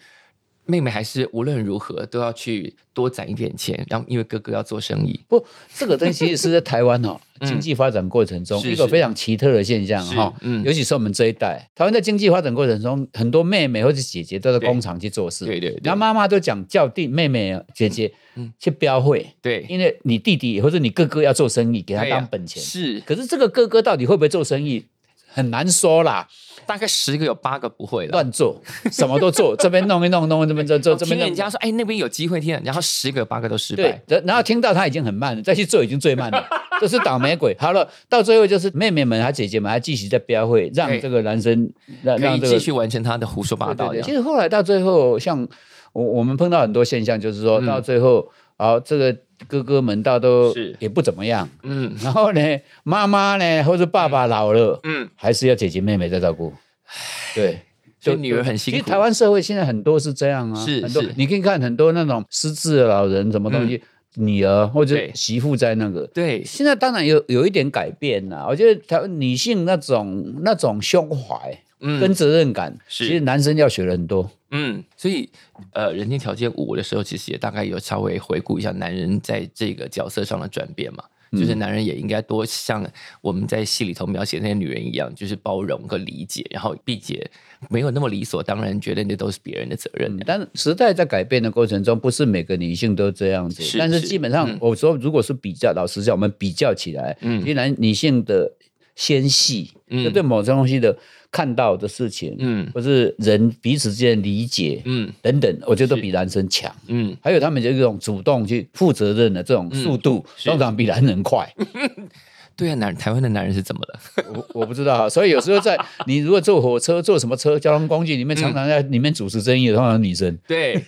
Speaker 3: 妹妹还是无论如何都要去多攒一点钱，然后因为哥哥要做生意，
Speaker 2: 不，这个东西是在台湾 哦，经济发展过程中
Speaker 3: 嗯是
Speaker 2: 一个
Speaker 3: 是
Speaker 2: 非常奇特的现象
Speaker 3: 是
Speaker 2: 哈、
Speaker 3: 嗯
Speaker 2: 尤其是我们这一代，台湾在经济发展过程中，很多妹妹或者姐姐都在
Speaker 3: 对
Speaker 2: 工厂去做事，
Speaker 3: 对对嗯对
Speaker 2: 然后妈妈都讲叫弟妹妹姐姐去标会，
Speaker 3: 对，
Speaker 2: 因为你弟弟或者你哥哥要做生意，给他
Speaker 3: 对呀
Speaker 2: 当本钱。
Speaker 3: 是啊
Speaker 2: 可是这个哥哥到底会不会做生意，很难说啦，
Speaker 3: 大概十个有八个不会了。
Speaker 2: 乱做，什么都做，这边弄一弄，弄这边做 做，这
Speaker 3: 听
Speaker 2: 边弄
Speaker 3: 人家说，哎，那边有机会听，然后十个有八个都失
Speaker 2: 对
Speaker 3: 败，，嗯
Speaker 2: 然然后听到他已经很慢了，再去做已经最慢 了，这是倒霉鬼。好了，到最后就是妹妹们、她姐姐们还继续在标会，让
Speaker 3: 对
Speaker 2: 这个男生让
Speaker 3: 可以
Speaker 2: 让这个
Speaker 3: 继续完成他的胡说八
Speaker 2: 对
Speaker 3: 道
Speaker 2: 对对。
Speaker 3: 这样
Speaker 2: 其。实后来到最后，像我我们碰到很多现象，就是说到最后，好这个哥哥们大都
Speaker 3: 嗯是
Speaker 2: 也不怎么样，
Speaker 3: 嗯
Speaker 2: 然后呢，妈妈呢或者爸爸老了，
Speaker 3: 嗯，
Speaker 2: 还是要姐姐妹妹在照顾，对。
Speaker 3: 所以
Speaker 2: 就
Speaker 3: 女儿很辛
Speaker 2: 其
Speaker 3: 苦。
Speaker 2: 实台湾社会现在很多是这样啊，
Speaker 3: 是
Speaker 2: 很多
Speaker 3: 是嗯
Speaker 2: 你可以看很多那种失智的老人什么东西，女儿或者
Speaker 3: 对
Speaker 2: 媳妇在那个。
Speaker 3: 对，
Speaker 2: 现在当然有有一点改变啦，我觉得台湾女性那种那种胸怀跟
Speaker 3: 嗯
Speaker 2: 责任感，
Speaker 3: 是
Speaker 2: 其实男生要学的很多。
Speaker 3: 嗯，所以呃，《人间条件五》的时候，其实也大概有稍微回顾一下男人在这个角色上的转变嘛。
Speaker 2: 嗯
Speaker 3: 就是男人也应该多像我们在戏里头描写那些女人一样，就是包容和理解，然后并且没有那么理所当然，觉得那都是别人的责任
Speaker 2: 嗯。但时代在改变的过程中，不是每个女性都这样子，
Speaker 3: 是
Speaker 2: 但是
Speaker 3: 是
Speaker 2: 基本上
Speaker 3: 嗯
Speaker 2: 我说，如果是比较，老实讲，我们比较起来，
Speaker 3: 嗯
Speaker 2: 嗯，既然女性的纤细，
Speaker 3: 嗯
Speaker 2: 就对某种东西的看到的事情，
Speaker 3: 嗯
Speaker 2: 或是人彼此之间的理解，
Speaker 3: 嗯
Speaker 2: 等等，我觉得都比男生强。
Speaker 3: 嗯，
Speaker 2: 还有他们这种主动去负责任的这种速度，
Speaker 3: 是
Speaker 2: 通常比男人 快。
Speaker 3: 对啊，男台湾的男人是怎么了？
Speaker 2: 我我不知道啊，所以有时候 在你如果坐火车、坐什么车交通
Speaker 3: 嗯
Speaker 2: 工具里面，常常在里面主持争议的，通常是女生。
Speaker 3: 对。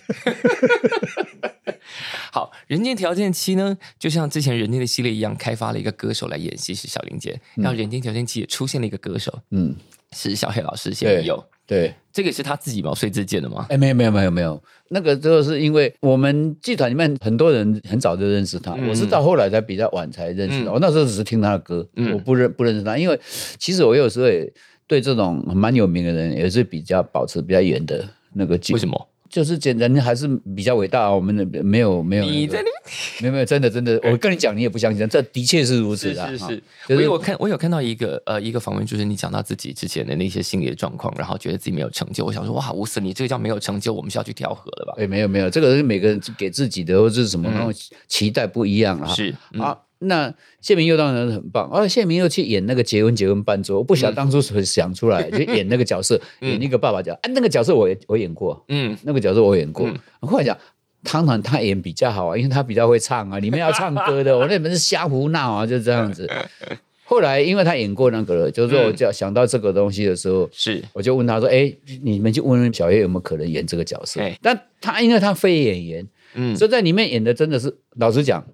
Speaker 3: 好，《人间条件七》呢，就像之前《人间》的系列一样，开发了一个歌手来演戏是小林姐，然后《人间条件七》也出现了一个歌手
Speaker 2: 嗯，
Speaker 3: 是小黑老师谢有，
Speaker 2: 对。
Speaker 3: 这个是他自己毛遂自荐的吗？
Speaker 2: 哎，没有没有没有没有，那个就是因为我们剧团里面很多人很早就认识他，
Speaker 3: 嗯
Speaker 2: 我是到后来才比较晚才认识他。
Speaker 3: 嗯
Speaker 2: 我那时候只是听他的歌，
Speaker 3: 嗯
Speaker 2: 我不认不认识他，因为其实我有时候也对这种蛮有名的人也是比较保持比较远的那个距
Speaker 3: 为
Speaker 2: 离，
Speaker 3: 什么？
Speaker 2: 就是简人还是比较伟大。我们的没有没有那个、
Speaker 3: 你在那哎
Speaker 2: 没有没有真的真 的，我跟你讲你也不相信，这的确是如此啊。
Speaker 3: 是是
Speaker 2: 哈
Speaker 3: 是，
Speaker 2: 就
Speaker 3: 我
Speaker 2: 是
Speaker 3: 有看我有看到一个呃一个访问，就是你讲到自己之前的那些心理的状况，然后觉得自己没有成就，我想说哇，吴思你这个叫没有成就，我们是要去调和了吧？
Speaker 2: 哎、没有没有，这个是每个人给自己的或者是什么
Speaker 3: 嗯
Speaker 2: 那种期待不一样了哈。
Speaker 3: 是嗯
Speaker 2: 啊，那谢明佑当然很棒，而、啊、谢明佑去演那个结婚结婚伴奏，我不
Speaker 3: 嗯
Speaker 2: 晓得当初是想出 来、就演那个角色，演一个爸爸角，啊，那个角色我也我演过，
Speaker 3: 嗯，
Speaker 2: 那个角色我演过
Speaker 3: 嗯，
Speaker 2: 后来讲。当然，他演比较好啊，因为他比较会唱啊。你们要唱歌的，我那边是瞎胡闹啊，就这样 子。后来，因为他演过那个了，就是说
Speaker 3: 嗯
Speaker 2: 我就想到这个东西的时候，
Speaker 3: 是
Speaker 2: 我就问他说：“哎、你们去问问小叶有没有可能演这个角色
Speaker 3: 哎？”
Speaker 2: 但他因为他非演员，
Speaker 3: 嗯
Speaker 2: 所以在里面演的真的是老实讲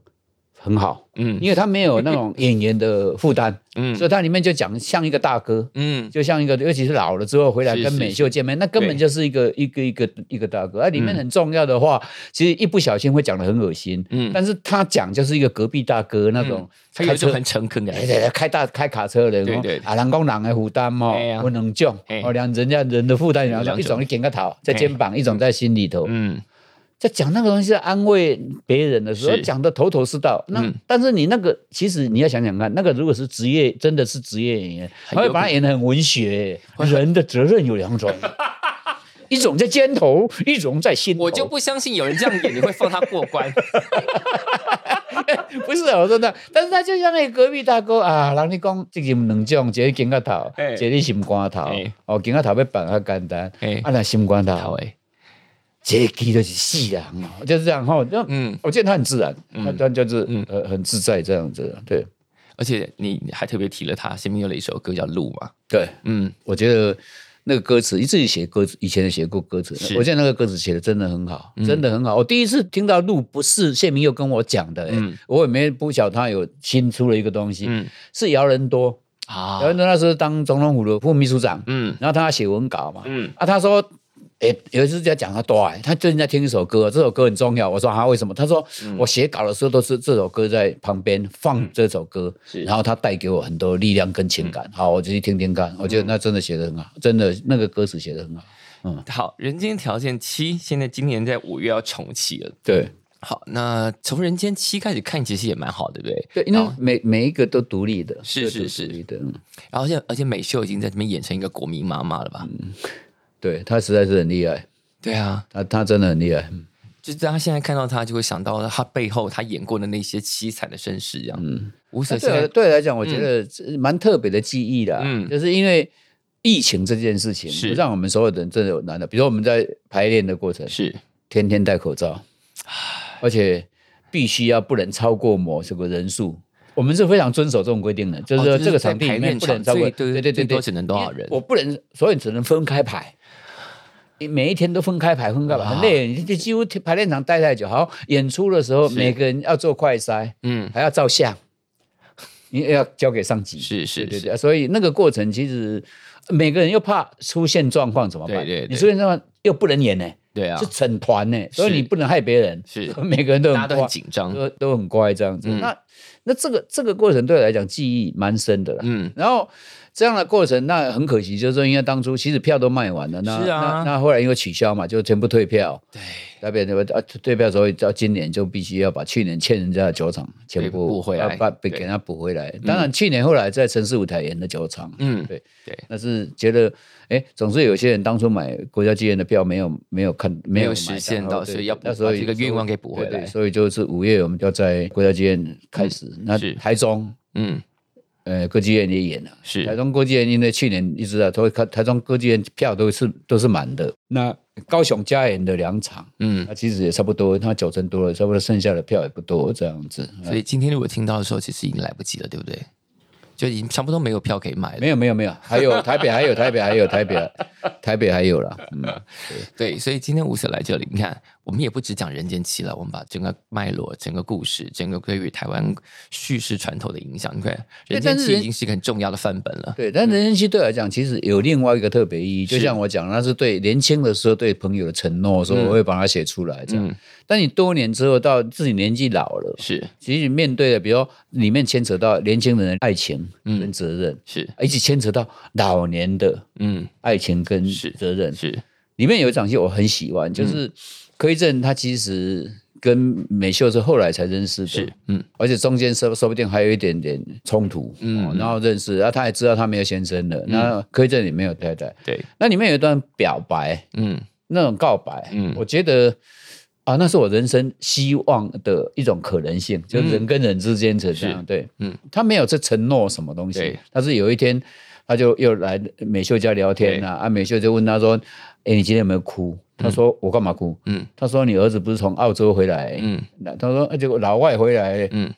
Speaker 2: 很好，
Speaker 3: 嗯
Speaker 2: 因为他没有那种演员的负担，
Speaker 3: 嗯
Speaker 2: 所以他里面就讲像一个大哥，
Speaker 3: 嗯
Speaker 2: 就像一个，尤其是老了之后回来
Speaker 3: 是
Speaker 2: 跟
Speaker 3: 是
Speaker 2: 美秀见面，那根本
Speaker 3: 对
Speaker 2: 就是一个一个一个一个大哥。而、里面很重要的话，其实一不小心会讲的很恶心，
Speaker 3: 嗯，
Speaker 2: 但是他讲就是一个隔壁大哥那种
Speaker 3: 他
Speaker 2: 开车，
Speaker 3: 有一种很诚恳的
Speaker 2: 哎对
Speaker 3: 感
Speaker 2: 对开大开卡车的人
Speaker 3: 对
Speaker 2: 哦
Speaker 3: 对对，
Speaker 2: 啊，人讲人的负担哦
Speaker 3: 哎呀，
Speaker 2: 不能重
Speaker 3: 哎
Speaker 2: 哦，两人家人的负担两
Speaker 3: 两
Speaker 2: 种，
Speaker 3: 种
Speaker 2: 一种你肩个头在肩膀，一种在心里头。
Speaker 3: 嗯
Speaker 2: 在讲那个东西是安慰别人的时候，
Speaker 3: 是
Speaker 2: 讲的头头是道。那
Speaker 3: 嗯
Speaker 2: 但是你那个，其实你要想想看，那个如果是职业，真的是职业演员，
Speaker 3: 很
Speaker 2: 他
Speaker 3: 有
Speaker 2: 会把它演的很文 学。人的责任有两种，一种在肩头，一种在心头。
Speaker 3: 我就不相信有人这样演，你会放他过 关。
Speaker 2: 不是啊，我说的，但是他就像那个隔壁大哥啊，人你讲这个两种，一个肩胛头，
Speaker 3: 嘿
Speaker 2: 一个心肝头
Speaker 3: 嘿，
Speaker 2: 哦，肩胛头要绑较简单
Speaker 3: 嘿，
Speaker 2: 啊，那心肝
Speaker 3: 好
Speaker 2: 头，
Speaker 3: 哎，
Speaker 2: 这个就是死人哦，就是这样哈。就
Speaker 3: 嗯，
Speaker 2: 我见他很自然，
Speaker 3: 嗯
Speaker 2: 他他就是
Speaker 3: 嗯
Speaker 2: 呃很自在这样子，对
Speaker 3: 而且你还特别提了他，前面有了一首歌叫《路》嘛，
Speaker 2: 对，
Speaker 3: 嗯
Speaker 2: 我觉得。那个歌词，自己写歌词，以前也写过歌词
Speaker 3: 是。嗯
Speaker 2: 我觉得那个歌词写的真的很好，真的很好。我第一次听到“路”不是谢明佑跟我讲的、欸
Speaker 3: 嗯
Speaker 2: 我也没不晓得他有新出了一个东西，
Speaker 3: 嗯
Speaker 2: 是姚人多。
Speaker 3: 啊
Speaker 2: 姚，文德那时候当总统府的副秘书长，
Speaker 3: 嗯
Speaker 2: 然后他写文稿嘛，
Speaker 3: 嗯
Speaker 2: 啊，他说，诶、有一次在讲他多爱，他最近在听一首歌，这首歌很重要。我说啊，为什么？他说、
Speaker 3: 嗯
Speaker 2: 我写稿的时候都是这首歌在旁边放这首歌，
Speaker 3: 是嗯
Speaker 2: 然后他带给我很多力量跟情感。好，我就去听听看，我觉得那真的写的很好，真的那个歌词写的很好。
Speaker 3: 好，《人间条件七》现在今年在五月要重启了。
Speaker 2: 对
Speaker 3: 好，那从《人间七》开始看，其实也蛮好，对不对？
Speaker 2: 对，因为
Speaker 3: 然后
Speaker 2: 每每一个都独立的，
Speaker 3: 是
Speaker 2: 都
Speaker 3: 是是
Speaker 2: 独立的，嗯
Speaker 3: 然后现在，而且美秀已经在这边演成一个国民妈妈了吧？
Speaker 2: 嗯对他实在是很厉害，
Speaker 3: 对啊，
Speaker 2: 他他真的很厉害。
Speaker 3: 就是大家现在看到她，就会想到她背后她演过的那些凄惨的身世，一样。嗯，吴
Speaker 2: 那
Speaker 3: 所现
Speaker 2: 哎对啊我
Speaker 3: 在，
Speaker 2: 对我来讲，我觉得这蛮特别的记忆啦。
Speaker 3: 嗯
Speaker 2: 就是因为疫情这件事情
Speaker 3: 是，
Speaker 2: 让我们所有的人真的有难的。比如说我们在排练的过程，
Speaker 3: 是
Speaker 2: 天天戴口罩，而且必须要不能超过某这个人数。我们是非常遵守这种规定的，就是
Speaker 3: 哦
Speaker 2: 说
Speaker 3: 就是
Speaker 2: 这个场地
Speaker 3: 在
Speaker 2: 里
Speaker 3: 排练
Speaker 2: 面不能
Speaker 3: 场
Speaker 2: 超过，
Speaker 3: 最
Speaker 2: 对
Speaker 3: 对最
Speaker 2: 对
Speaker 3: 多
Speaker 2: 对，
Speaker 3: 只能多少人
Speaker 2: 因为我不能，所以只能分开排。你每一天都分开排，分开排很累，你你几乎排练场待太久。好，演出的时候
Speaker 3: 是
Speaker 2: 每个人要做快筛，
Speaker 3: 嗯，
Speaker 2: 还要照相，你也要交给上级。
Speaker 3: 是是
Speaker 2: 对对
Speaker 3: 是，
Speaker 2: 对，所以那个过程其实每个人又怕出现状况怎么办？
Speaker 3: 对对对
Speaker 2: 你出现状况又不能演呢、
Speaker 3: 对啊
Speaker 2: 是，整团呢、所以你不能害别人。
Speaker 3: 是
Speaker 2: 每个人都
Speaker 3: 大
Speaker 2: 很
Speaker 3: 家都很
Speaker 2: 乖，
Speaker 3: 紧张。
Speaker 2: 都都很乖这样子。
Speaker 3: 嗯
Speaker 2: 那那这个这个过程对我来讲记忆蛮深的啦。
Speaker 3: 嗯，
Speaker 2: 然后这样的过程，那很可惜，就是说，因为当初其实票都卖完了，那
Speaker 3: 是啊
Speaker 2: 那那后来因为取消嘛，就全部退票。
Speaker 3: 对，
Speaker 2: 那边对吧？啊，退票所以到今年就必须要把去年欠人家的酒厂全部
Speaker 3: 对补回来
Speaker 2: 啊把
Speaker 3: 对
Speaker 2: 给给他补回来。当然，去年后来在城市舞台演的酒厂，
Speaker 3: 嗯，
Speaker 2: 对
Speaker 3: 对
Speaker 2: 那是觉得，哎，总是有些人当初买国家剧院的票没有没有看没
Speaker 3: 有
Speaker 2: 买
Speaker 3: 实现到
Speaker 2: 对
Speaker 3: 所以要补
Speaker 2: 那时候
Speaker 3: 把这个愿望给补回来
Speaker 2: 对对所以就是五月我们就要在国家剧院开始，那
Speaker 3: 嗯是
Speaker 2: 台中
Speaker 3: 嗯，
Speaker 2: 呃歌剧院也演了。台
Speaker 3: 是，
Speaker 2: 中歌剧院因为去年一直啊，都台台中歌剧院票都是都是满的。那高雄加演的两场，
Speaker 3: 嗯。
Speaker 2: 那其实也差不多，他九成多了，差不多剩下的票也不多，这样子。
Speaker 3: 所以今天如果听到的时候，其实已经来不及了，对不对？就已经差不多没有票可以买了。
Speaker 2: 没有没有没有，还有 台北还有台北还有台北台北还有啦。嗯，
Speaker 3: 对，所以今天无所来这里，你看，我们也不只讲人间七了，我们把整个脉络、整个故事、整个对于台湾叙事传统的影响，你看，人间
Speaker 2: 但是
Speaker 3: 七
Speaker 2: 人
Speaker 3: 已经是一个很重要的范本了。
Speaker 2: 对。但人生期对我来讲，其实有另外一个特别意义，就是像我讲，那是对年轻的时候对朋友的承诺，说
Speaker 3: 嗯
Speaker 2: 我会把它写出来这样。
Speaker 3: 嗯，
Speaker 2: 但你多年之后，到自己年纪老了，
Speaker 3: 是
Speaker 2: 其实面对的，比如说里面牵扯到年轻人的爱情
Speaker 3: 嗯
Speaker 2: 跟责任，
Speaker 3: 是，
Speaker 2: 以及牵扯到老年的
Speaker 3: 嗯
Speaker 2: 爱情跟
Speaker 3: 是
Speaker 2: 责任。
Speaker 3: 是，嗯
Speaker 2: 里面有一场戏我很喜欢，就是柯一正他其实跟美秀是后来才认识的，
Speaker 3: 是，嗯
Speaker 2: 而且中间说说不定还有一点点冲突，
Speaker 3: 嗯
Speaker 2: 嗯、然后认识，然后他也知道他没有先生了，那柯一正也没有太太，
Speaker 3: 对，
Speaker 2: 那里面有一段表白，
Speaker 3: 嗯
Speaker 2: 那种告白，
Speaker 3: 嗯
Speaker 2: 我觉得。啊，那是我人生希望的一种可能性，就是人跟人之间是这样。对，
Speaker 3: 嗯
Speaker 2: 嗯，他没有这承诺什么东西
Speaker 3: 对，
Speaker 2: 但是有一天他就又来美秀家聊天啊，啊，美秀就问他说：“哎、你今天有没有哭？”他说：“我干嘛哭？”
Speaker 3: 嗯
Speaker 2: 他说：“你儿子不是从澳洲回来？”
Speaker 3: 嗯
Speaker 2: 那他说：“啊，结果老外回来，
Speaker 3: 嗯，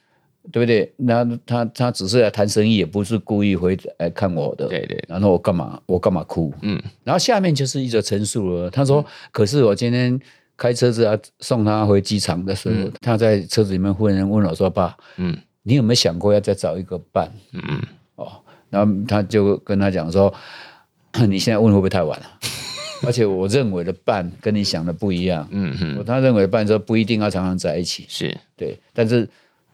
Speaker 2: 对不对？那他他只是来谈生意，也不是故意回来看我的。”
Speaker 3: 对对，
Speaker 2: 然后我干嘛？我干嘛哭？
Speaker 3: 嗯
Speaker 2: 然后下面就是一则陈述了。他说：“可是我今天开车子要送他回机场的时候，他在车子里面忽然问我说：‘爸，
Speaker 3: 嗯
Speaker 2: 你有没有想过要再找一个伴
Speaker 3: 嗯嗯，？’
Speaker 2: 然后他就跟他讲说：‘ 你现在问会不会太晚了？ 而且我认为的伴跟你想的不一样。
Speaker 3: 嗯嗯，
Speaker 2: 他认为的伴说不一定要常常在一起，
Speaker 3: 是
Speaker 2: 对，但是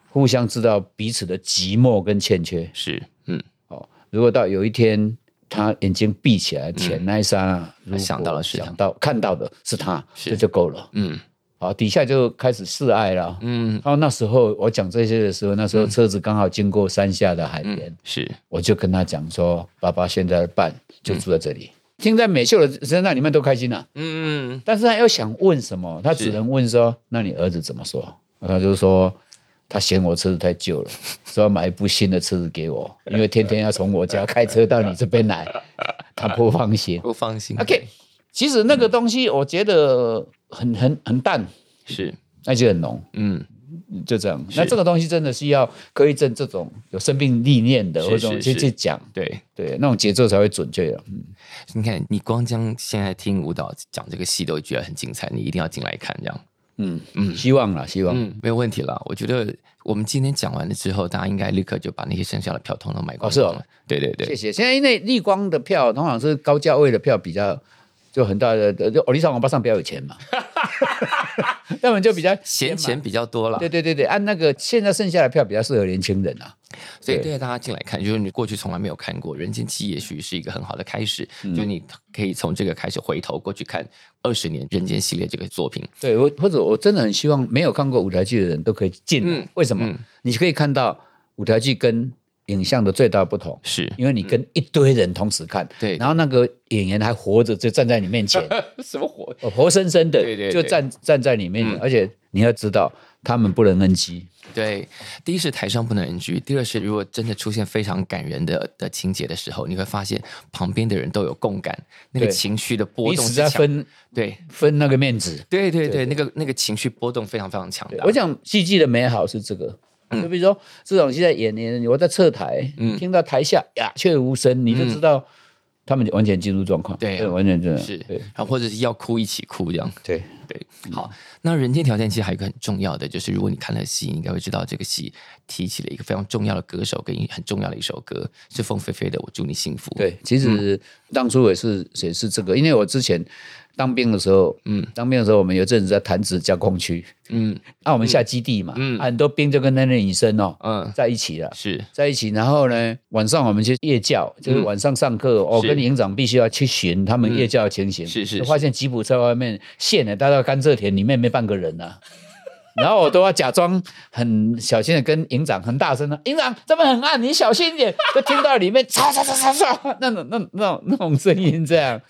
Speaker 2: 互相知道彼此的寂寞跟欠缺。
Speaker 3: 是，嗯，
Speaker 2: 哦，如果到有一天他眼睛闭起来前那一刹那，如果
Speaker 3: 想到了嗯是他
Speaker 2: 想到看到的是他，
Speaker 3: 是
Speaker 2: 这就够了。
Speaker 3: 嗯
Speaker 2: 好，底下就开始示爱了。
Speaker 3: 嗯
Speaker 2: 然后那时候我讲这些的时候，那时候车子刚好经过山下的海边，
Speaker 3: 嗯，是，
Speaker 2: 我就跟他讲说，爸爸现在的伴就住在这里。听在美秀的身上，你们都开心了、
Speaker 3: 嗯嗯
Speaker 2: 但是他又想问什么，他只能问说：“那你儿子怎么说？”他就说：“他嫌我车子太旧了， 说要买一部新的车子给我，因为天天要从我家开车到你这边 来，他不放心。
Speaker 3: 不放心
Speaker 2: ”OK，其实那个东西我觉得很很很淡，
Speaker 3: 是，
Speaker 2: 而且很浓，
Speaker 3: 嗯
Speaker 2: 就这样。那这个东西真的是要柯一正这种有生命历练的，
Speaker 3: 是
Speaker 2: 或者
Speaker 3: 是
Speaker 2: 去
Speaker 3: 是
Speaker 2: 去讲，
Speaker 3: 对，
Speaker 2: 对那种节奏才会准确了。嗯
Speaker 3: 你看，你光将现在听舞蹈讲这个戏都觉得很精彩，你一定要进来看，这样，
Speaker 2: 嗯嗯，希望啦，希望。
Speaker 3: 嗯，没有问题了。我觉得我们今天讲完了之后，大家应该立刻就把那些剩下的票通通买光
Speaker 2: 哦是哦
Speaker 3: 光了。对对
Speaker 2: 谢
Speaker 3: 对，
Speaker 2: 谢。现在因为立光的票通常是高价位的票比较，就很大的，就欧丽莎王八上比较有钱 嘛，要么就比较
Speaker 3: 闲
Speaker 2: 嘛。
Speaker 3: 钱比较多了，
Speaker 2: 对对对对，按、那个现在剩下的票比较适合年轻人啊。
Speaker 3: 所以
Speaker 2: 对
Speaker 3: 对大家进来看，就是你过去从来没有看过《人间七》，也许是一个很好的开始，
Speaker 2: 嗯
Speaker 3: 就你可以从这个开始回头过去看二十年《人间》系列这个作品。
Speaker 2: 对我或者我真的很希望没有看过舞台剧的人都可以进来、
Speaker 3: 嗯
Speaker 2: 为什么？
Speaker 3: 嗯
Speaker 2: 你可以看到舞台剧跟影像的最大不同。
Speaker 3: 是
Speaker 2: 因为你跟一堆人同时看，
Speaker 3: 嗯对
Speaker 2: 然后那个演员还活着，就站在你面 前，
Speaker 3: 什么火？
Speaker 2: 哦活生生的
Speaker 3: 对对嗯
Speaker 2: 就
Speaker 3: 对
Speaker 2: 站站在你面前、而且你要知道，他们不能恩基，
Speaker 3: 对，第一是台上不能人居，第二是如果真的出现非常感人的的情节的时候，你会发现旁边的人都有共感，那个
Speaker 2: 对
Speaker 3: 情绪的波
Speaker 2: 彼
Speaker 3: 动
Speaker 2: 此
Speaker 3: 是
Speaker 2: 在
Speaker 3: 强。
Speaker 2: 分
Speaker 3: 对
Speaker 2: 分那个面子。
Speaker 3: 对对对，那个那个情绪波动非常非常强大。
Speaker 2: 我想戏剧的美好是这个，
Speaker 3: 嗯
Speaker 2: 就比如说这种现在演员，我在侧台，听到台下鸦雀无声，你就知道他们完全进入状况，
Speaker 3: 嗯对啊
Speaker 2: 完全真的
Speaker 3: 是，
Speaker 2: 对
Speaker 3: 然后或者是要哭一起哭这样。
Speaker 2: 对
Speaker 3: 对，
Speaker 2: 嗯
Speaker 3: 好，那《人间条件》其实还有一个很重要的，就是如果你看了戏，你应该会知道这个戏提起了一个非常重要的歌手跟一很重要的一首歌，是凤飞飞的《我祝你幸福》。，
Speaker 2: 对。其实
Speaker 3: 嗯
Speaker 2: 当初也是也是这个，因为我之前当兵的时候，嗯，当兵的时候我们有阵子在弹指加工区，啊
Speaker 3: 嗯
Speaker 2: 那我们下基地嘛，
Speaker 3: 嗯
Speaker 2: 嗯，很多兵就跟那些女生哦
Speaker 3: 嗯，
Speaker 2: 在一起了。
Speaker 3: 是
Speaker 2: 在一起，然后呢，晚上我们去夜教，就是晚上上课，我、
Speaker 3: 嗯是
Speaker 2: 跟营长必须要去巡他们夜教的情形。
Speaker 3: 是是
Speaker 2: 就发现吉普在外面线呢，大到甘蔗田里面没半个人 啊。然后我都要假装很小心的跟营长很大声的，营长这边很暗，你小心一 点。 就听到里面嚓嚓嚓嚓嚓那种那种那种那种声音这样。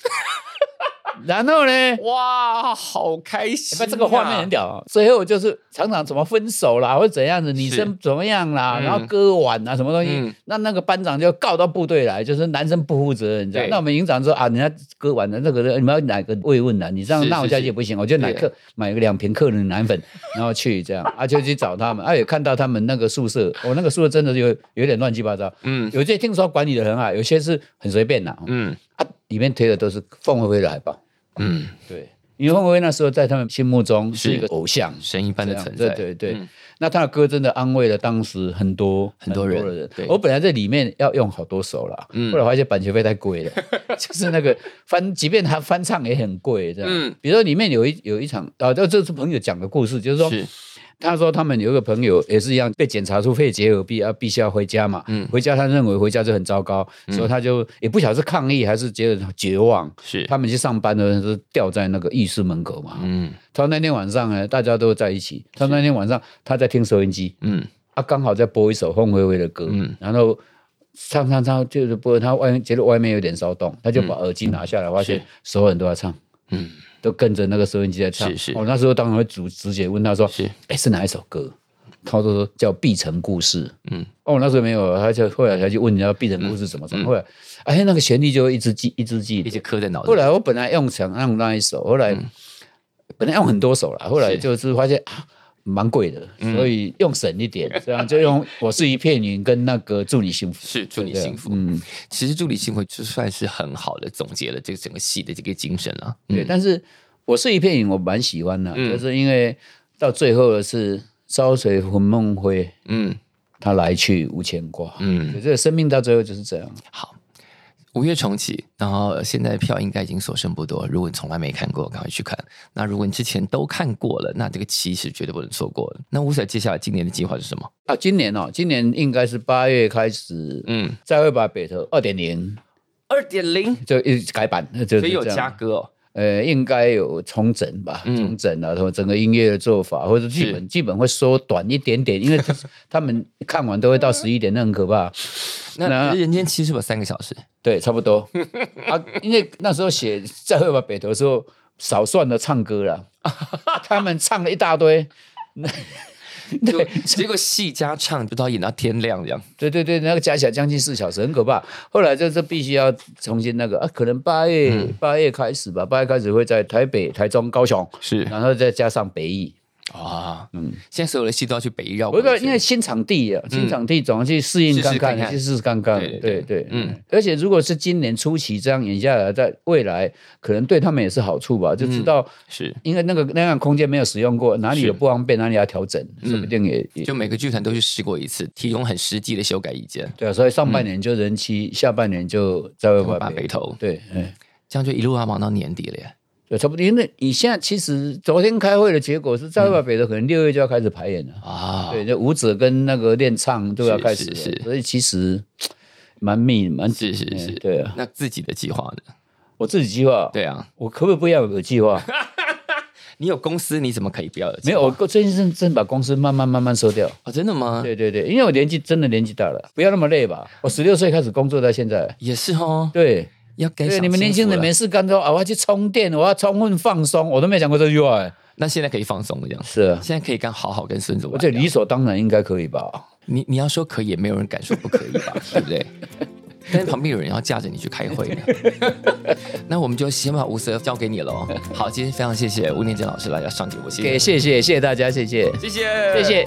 Speaker 2: 然后呢，
Speaker 3: 哇，好开心、啊！
Speaker 2: 那这个画面很屌、哦。最后就是厂长怎么分手啦，或者怎样子，女生怎么样啦，
Speaker 3: 嗯
Speaker 2: 然后割腕啊，什么东西，
Speaker 3: 嗯
Speaker 2: 那那个班长就告到部队来，就是男生不负责任这样。
Speaker 3: 对
Speaker 2: 那我们营长说啊，人家割腕了，这个人你们要哪个慰问啊？你这样
Speaker 3: 是
Speaker 2: 闹下
Speaker 3: 是
Speaker 2: 去也不行。我就买
Speaker 3: 对
Speaker 2: 克买个两瓶克伦奶粉，然后去这样，啊就去找他们，啊也看到他们那个宿舍，我、那个宿舍真的有有点乱七八糟，
Speaker 3: 嗯
Speaker 2: 有些听说管理的很好，有些是很随便啦、
Speaker 3: 嗯
Speaker 2: 啊，里面贴的都是凤飞飞的海报。
Speaker 3: 嗯，
Speaker 2: 对，因为凤飞飞那时候在他们心目中
Speaker 3: 是
Speaker 2: 是一个偶像，
Speaker 3: 神一般的
Speaker 2: 这样
Speaker 3: 存在，
Speaker 2: 对对对
Speaker 3: 嗯
Speaker 2: 那他的歌真的安慰了当时很多
Speaker 3: 很多人
Speaker 2: 的
Speaker 3: 对
Speaker 2: 我本来在里面要用好多首啦，
Speaker 3: 嗯
Speaker 2: 后来发现版权费太贵 了，就是那个翻，即便他翻唱也很贵，这样。
Speaker 3: 嗯
Speaker 2: 比如说里面有一有一场啊，这这是朋友讲的故事，就是说
Speaker 3: 是
Speaker 2: 他说他们有一个朋友也是一样被检查出肺结核病，啊，必须要回家嘛。
Speaker 3: 嗯
Speaker 2: 回家他认为回家就很糟糕，所以他就也不晓得是抗议还是觉得绝望。
Speaker 3: 是，
Speaker 2: 他们去上班的人是吊在那个浴室门口嘛。
Speaker 3: 嗯
Speaker 2: 他那天晚上呢，大家都在一起。他那天晚上他在听收音机，
Speaker 3: 嗯
Speaker 2: 啊，刚好在播一首凤飞飞的歌，
Speaker 3: 嗯
Speaker 2: 然后唱唱唱，就是播他外面觉得外面有点骚动，他就把耳机拿下来，发现
Speaker 3: 嗯是
Speaker 2: 所有人都在唱，
Speaker 3: 嗯，
Speaker 2: 都跟着那个收音机在唱。哦
Speaker 3: 是是
Speaker 2: 我、那时候当然会直直接问他说：“
Speaker 3: 是
Speaker 2: 哎，是哪一首歌？”他说叫《碧城故事》。
Speaker 3: 嗯，
Speaker 2: 哦，那时候没有，他就后来才去问人家《碧城故事》怎么唱，后来哎，那个旋律就一直记，一直记得，
Speaker 3: 一直刻在脑子
Speaker 2: 后
Speaker 3: 里，
Speaker 2: 来我本来用想用那一首，后来、本来用很多首啦，后来
Speaker 3: 嗯是嗯
Speaker 2: 就是发现啊，蛮贵的，所以用省一点，这样就用我是一片云跟那个祝你幸福。
Speaker 3: 是祝你
Speaker 2: 对
Speaker 3: 幸福。
Speaker 2: 嗯，
Speaker 3: 其实祝你幸福就算是很好的总结了这个整个戏的这个精神了。
Speaker 2: 对。但是我是一片云，我蛮喜欢的，
Speaker 3: 嗯
Speaker 2: 就是因为到最后的是烧水魂梦灰，
Speaker 3: 嗯
Speaker 2: 他来去无牵挂。
Speaker 3: 嗯，
Speaker 2: 对这个生命到最后就是这样。
Speaker 3: 好，五月重启，然后现在票应该已经所剩不多。如果你从来没看过，赶快去看。那如果你之前都看过了，那这个期是绝对不能错过的。那乌仔接下来今年的计划是什么？
Speaker 2: 啊，今年哦，今年应该是八月开始，
Speaker 3: 嗯，
Speaker 2: 再会把北投二点零
Speaker 3: 二点零，
Speaker 2: 就一直改版，就是
Speaker 3: 所以有
Speaker 2: 这样
Speaker 3: 加歌哦。
Speaker 2: 呃，应该有重整吧，
Speaker 3: 嗯
Speaker 2: 重整啊，或整个音乐的做法，或者剧本，剧本会缩短一点点，因为他他们看完都会到十一点，那很可怕。
Speaker 3: 那
Speaker 2: 那
Speaker 3: 可是人间七是不是有三个小时？
Speaker 2: 对，差不多啊，因为那时候写《再会吧，北投》的时候，少算了唱歌 了，他们唱了一大堆。
Speaker 3: 就结果戏加唱就到演到天亮这样。
Speaker 2: 对对对，那个加起来将近四小时，很可怕。后来就是必须要重新那个啊，可能八月八、月开始吧，八月开始会在台北、台中、高雄，
Speaker 3: 是
Speaker 2: 然后再加上北艺，
Speaker 3: 啊，嗯，现在所有的戏都要去北艺绕
Speaker 2: 我
Speaker 3: 过一
Speaker 2: 不
Speaker 3: 圈。
Speaker 2: 因为新场地啊，新场地总要去适应看看，
Speaker 3: 嗯试试看看
Speaker 2: 去试试看看。
Speaker 3: 对对
Speaker 2: 对对，
Speaker 3: 嗯
Speaker 2: 嗯。而且如果是今年初期这样演下来，在未来可能对他们也是好处吧，就
Speaker 3: 嗯
Speaker 2: 知道
Speaker 3: 是，
Speaker 2: 因为那个那样空间没有使用过，哪里有不方便，哪里要调整，说不定也也
Speaker 3: 嗯就每个剧团都去试过一次，提供很实际的修改意见。
Speaker 2: 对啊。所以上半年就人气，下半年就再会
Speaker 3: 我
Speaker 2: 把
Speaker 3: 把
Speaker 2: 北
Speaker 3: 北投，
Speaker 2: 对，哎。
Speaker 3: 这样就一路啊要忙到年底了耶。
Speaker 2: 对，差不多。因为你现在其实昨天开会的结果是，在外北的可能六月就要开始排演了。
Speaker 3: 啊，
Speaker 2: 对，就舞者跟那个练唱都要
Speaker 3: 是
Speaker 2: 开始
Speaker 3: 是
Speaker 2: 了，
Speaker 3: 是
Speaker 2: 所以其实蛮密蛮
Speaker 3: 是是
Speaker 2: 哎
Speaker 3: 是
Speaker 2: 对啊。
Speaker 3: 那自己的计划呢？
Speaker 2: 我自己计划，
Speaker 3: 对啊，
Speaker 2: 我可不可以不要有计 划？
Speaker 3: 你有公司，你怎么可以不要有计划？
Speaker 2: 没有，我最近真正把公司慢慢慢慢收掉。
Speaker 3: 哦，真的吗？
Speaker 2: 对对对，因为我年纪真的年纪大了，不要那么累吧。我十六岁开始工作到现在，
Speaker 3: 也是哦，
Speaker 2: 对
Speaker 3: 要改
Speaker 2: 对，
Speaker 3: 想
Speaker 2: 你们年轻人
Speaker 3: 清楚
Speaker 2: 没
Speaker 3: 了
Speaker 2: 事干之后啊，我要去充电，我要充分放松，我都没有讲过这句话、哎
Speaker 3: 那现在可以放松了，这样
Speaker 2: 是啊，
Speaker 3: 现在可以刚好好跟孙子玩
Speaker 2: 我
Speaker 3: 这
Speaker 2: 觉
Speaker 3: 样。
Speaker 2: 得理所当然应该可以吧。
Speaker 3: 你你要说可以，也没有人敢说不可以吧， 对不对？但是旁边有人要架着你去开会呢， 那我们就先把吴泽交给你喽。好，今天非常谢谢吴念真老师来到上节目，谢
Speaker 2: 给谢
Speaker 3: 谢，
Speaker 2: 谢谢谢大家，谢谢
Speaker 3: 谢谢，
Speaker 2: 谢。谢。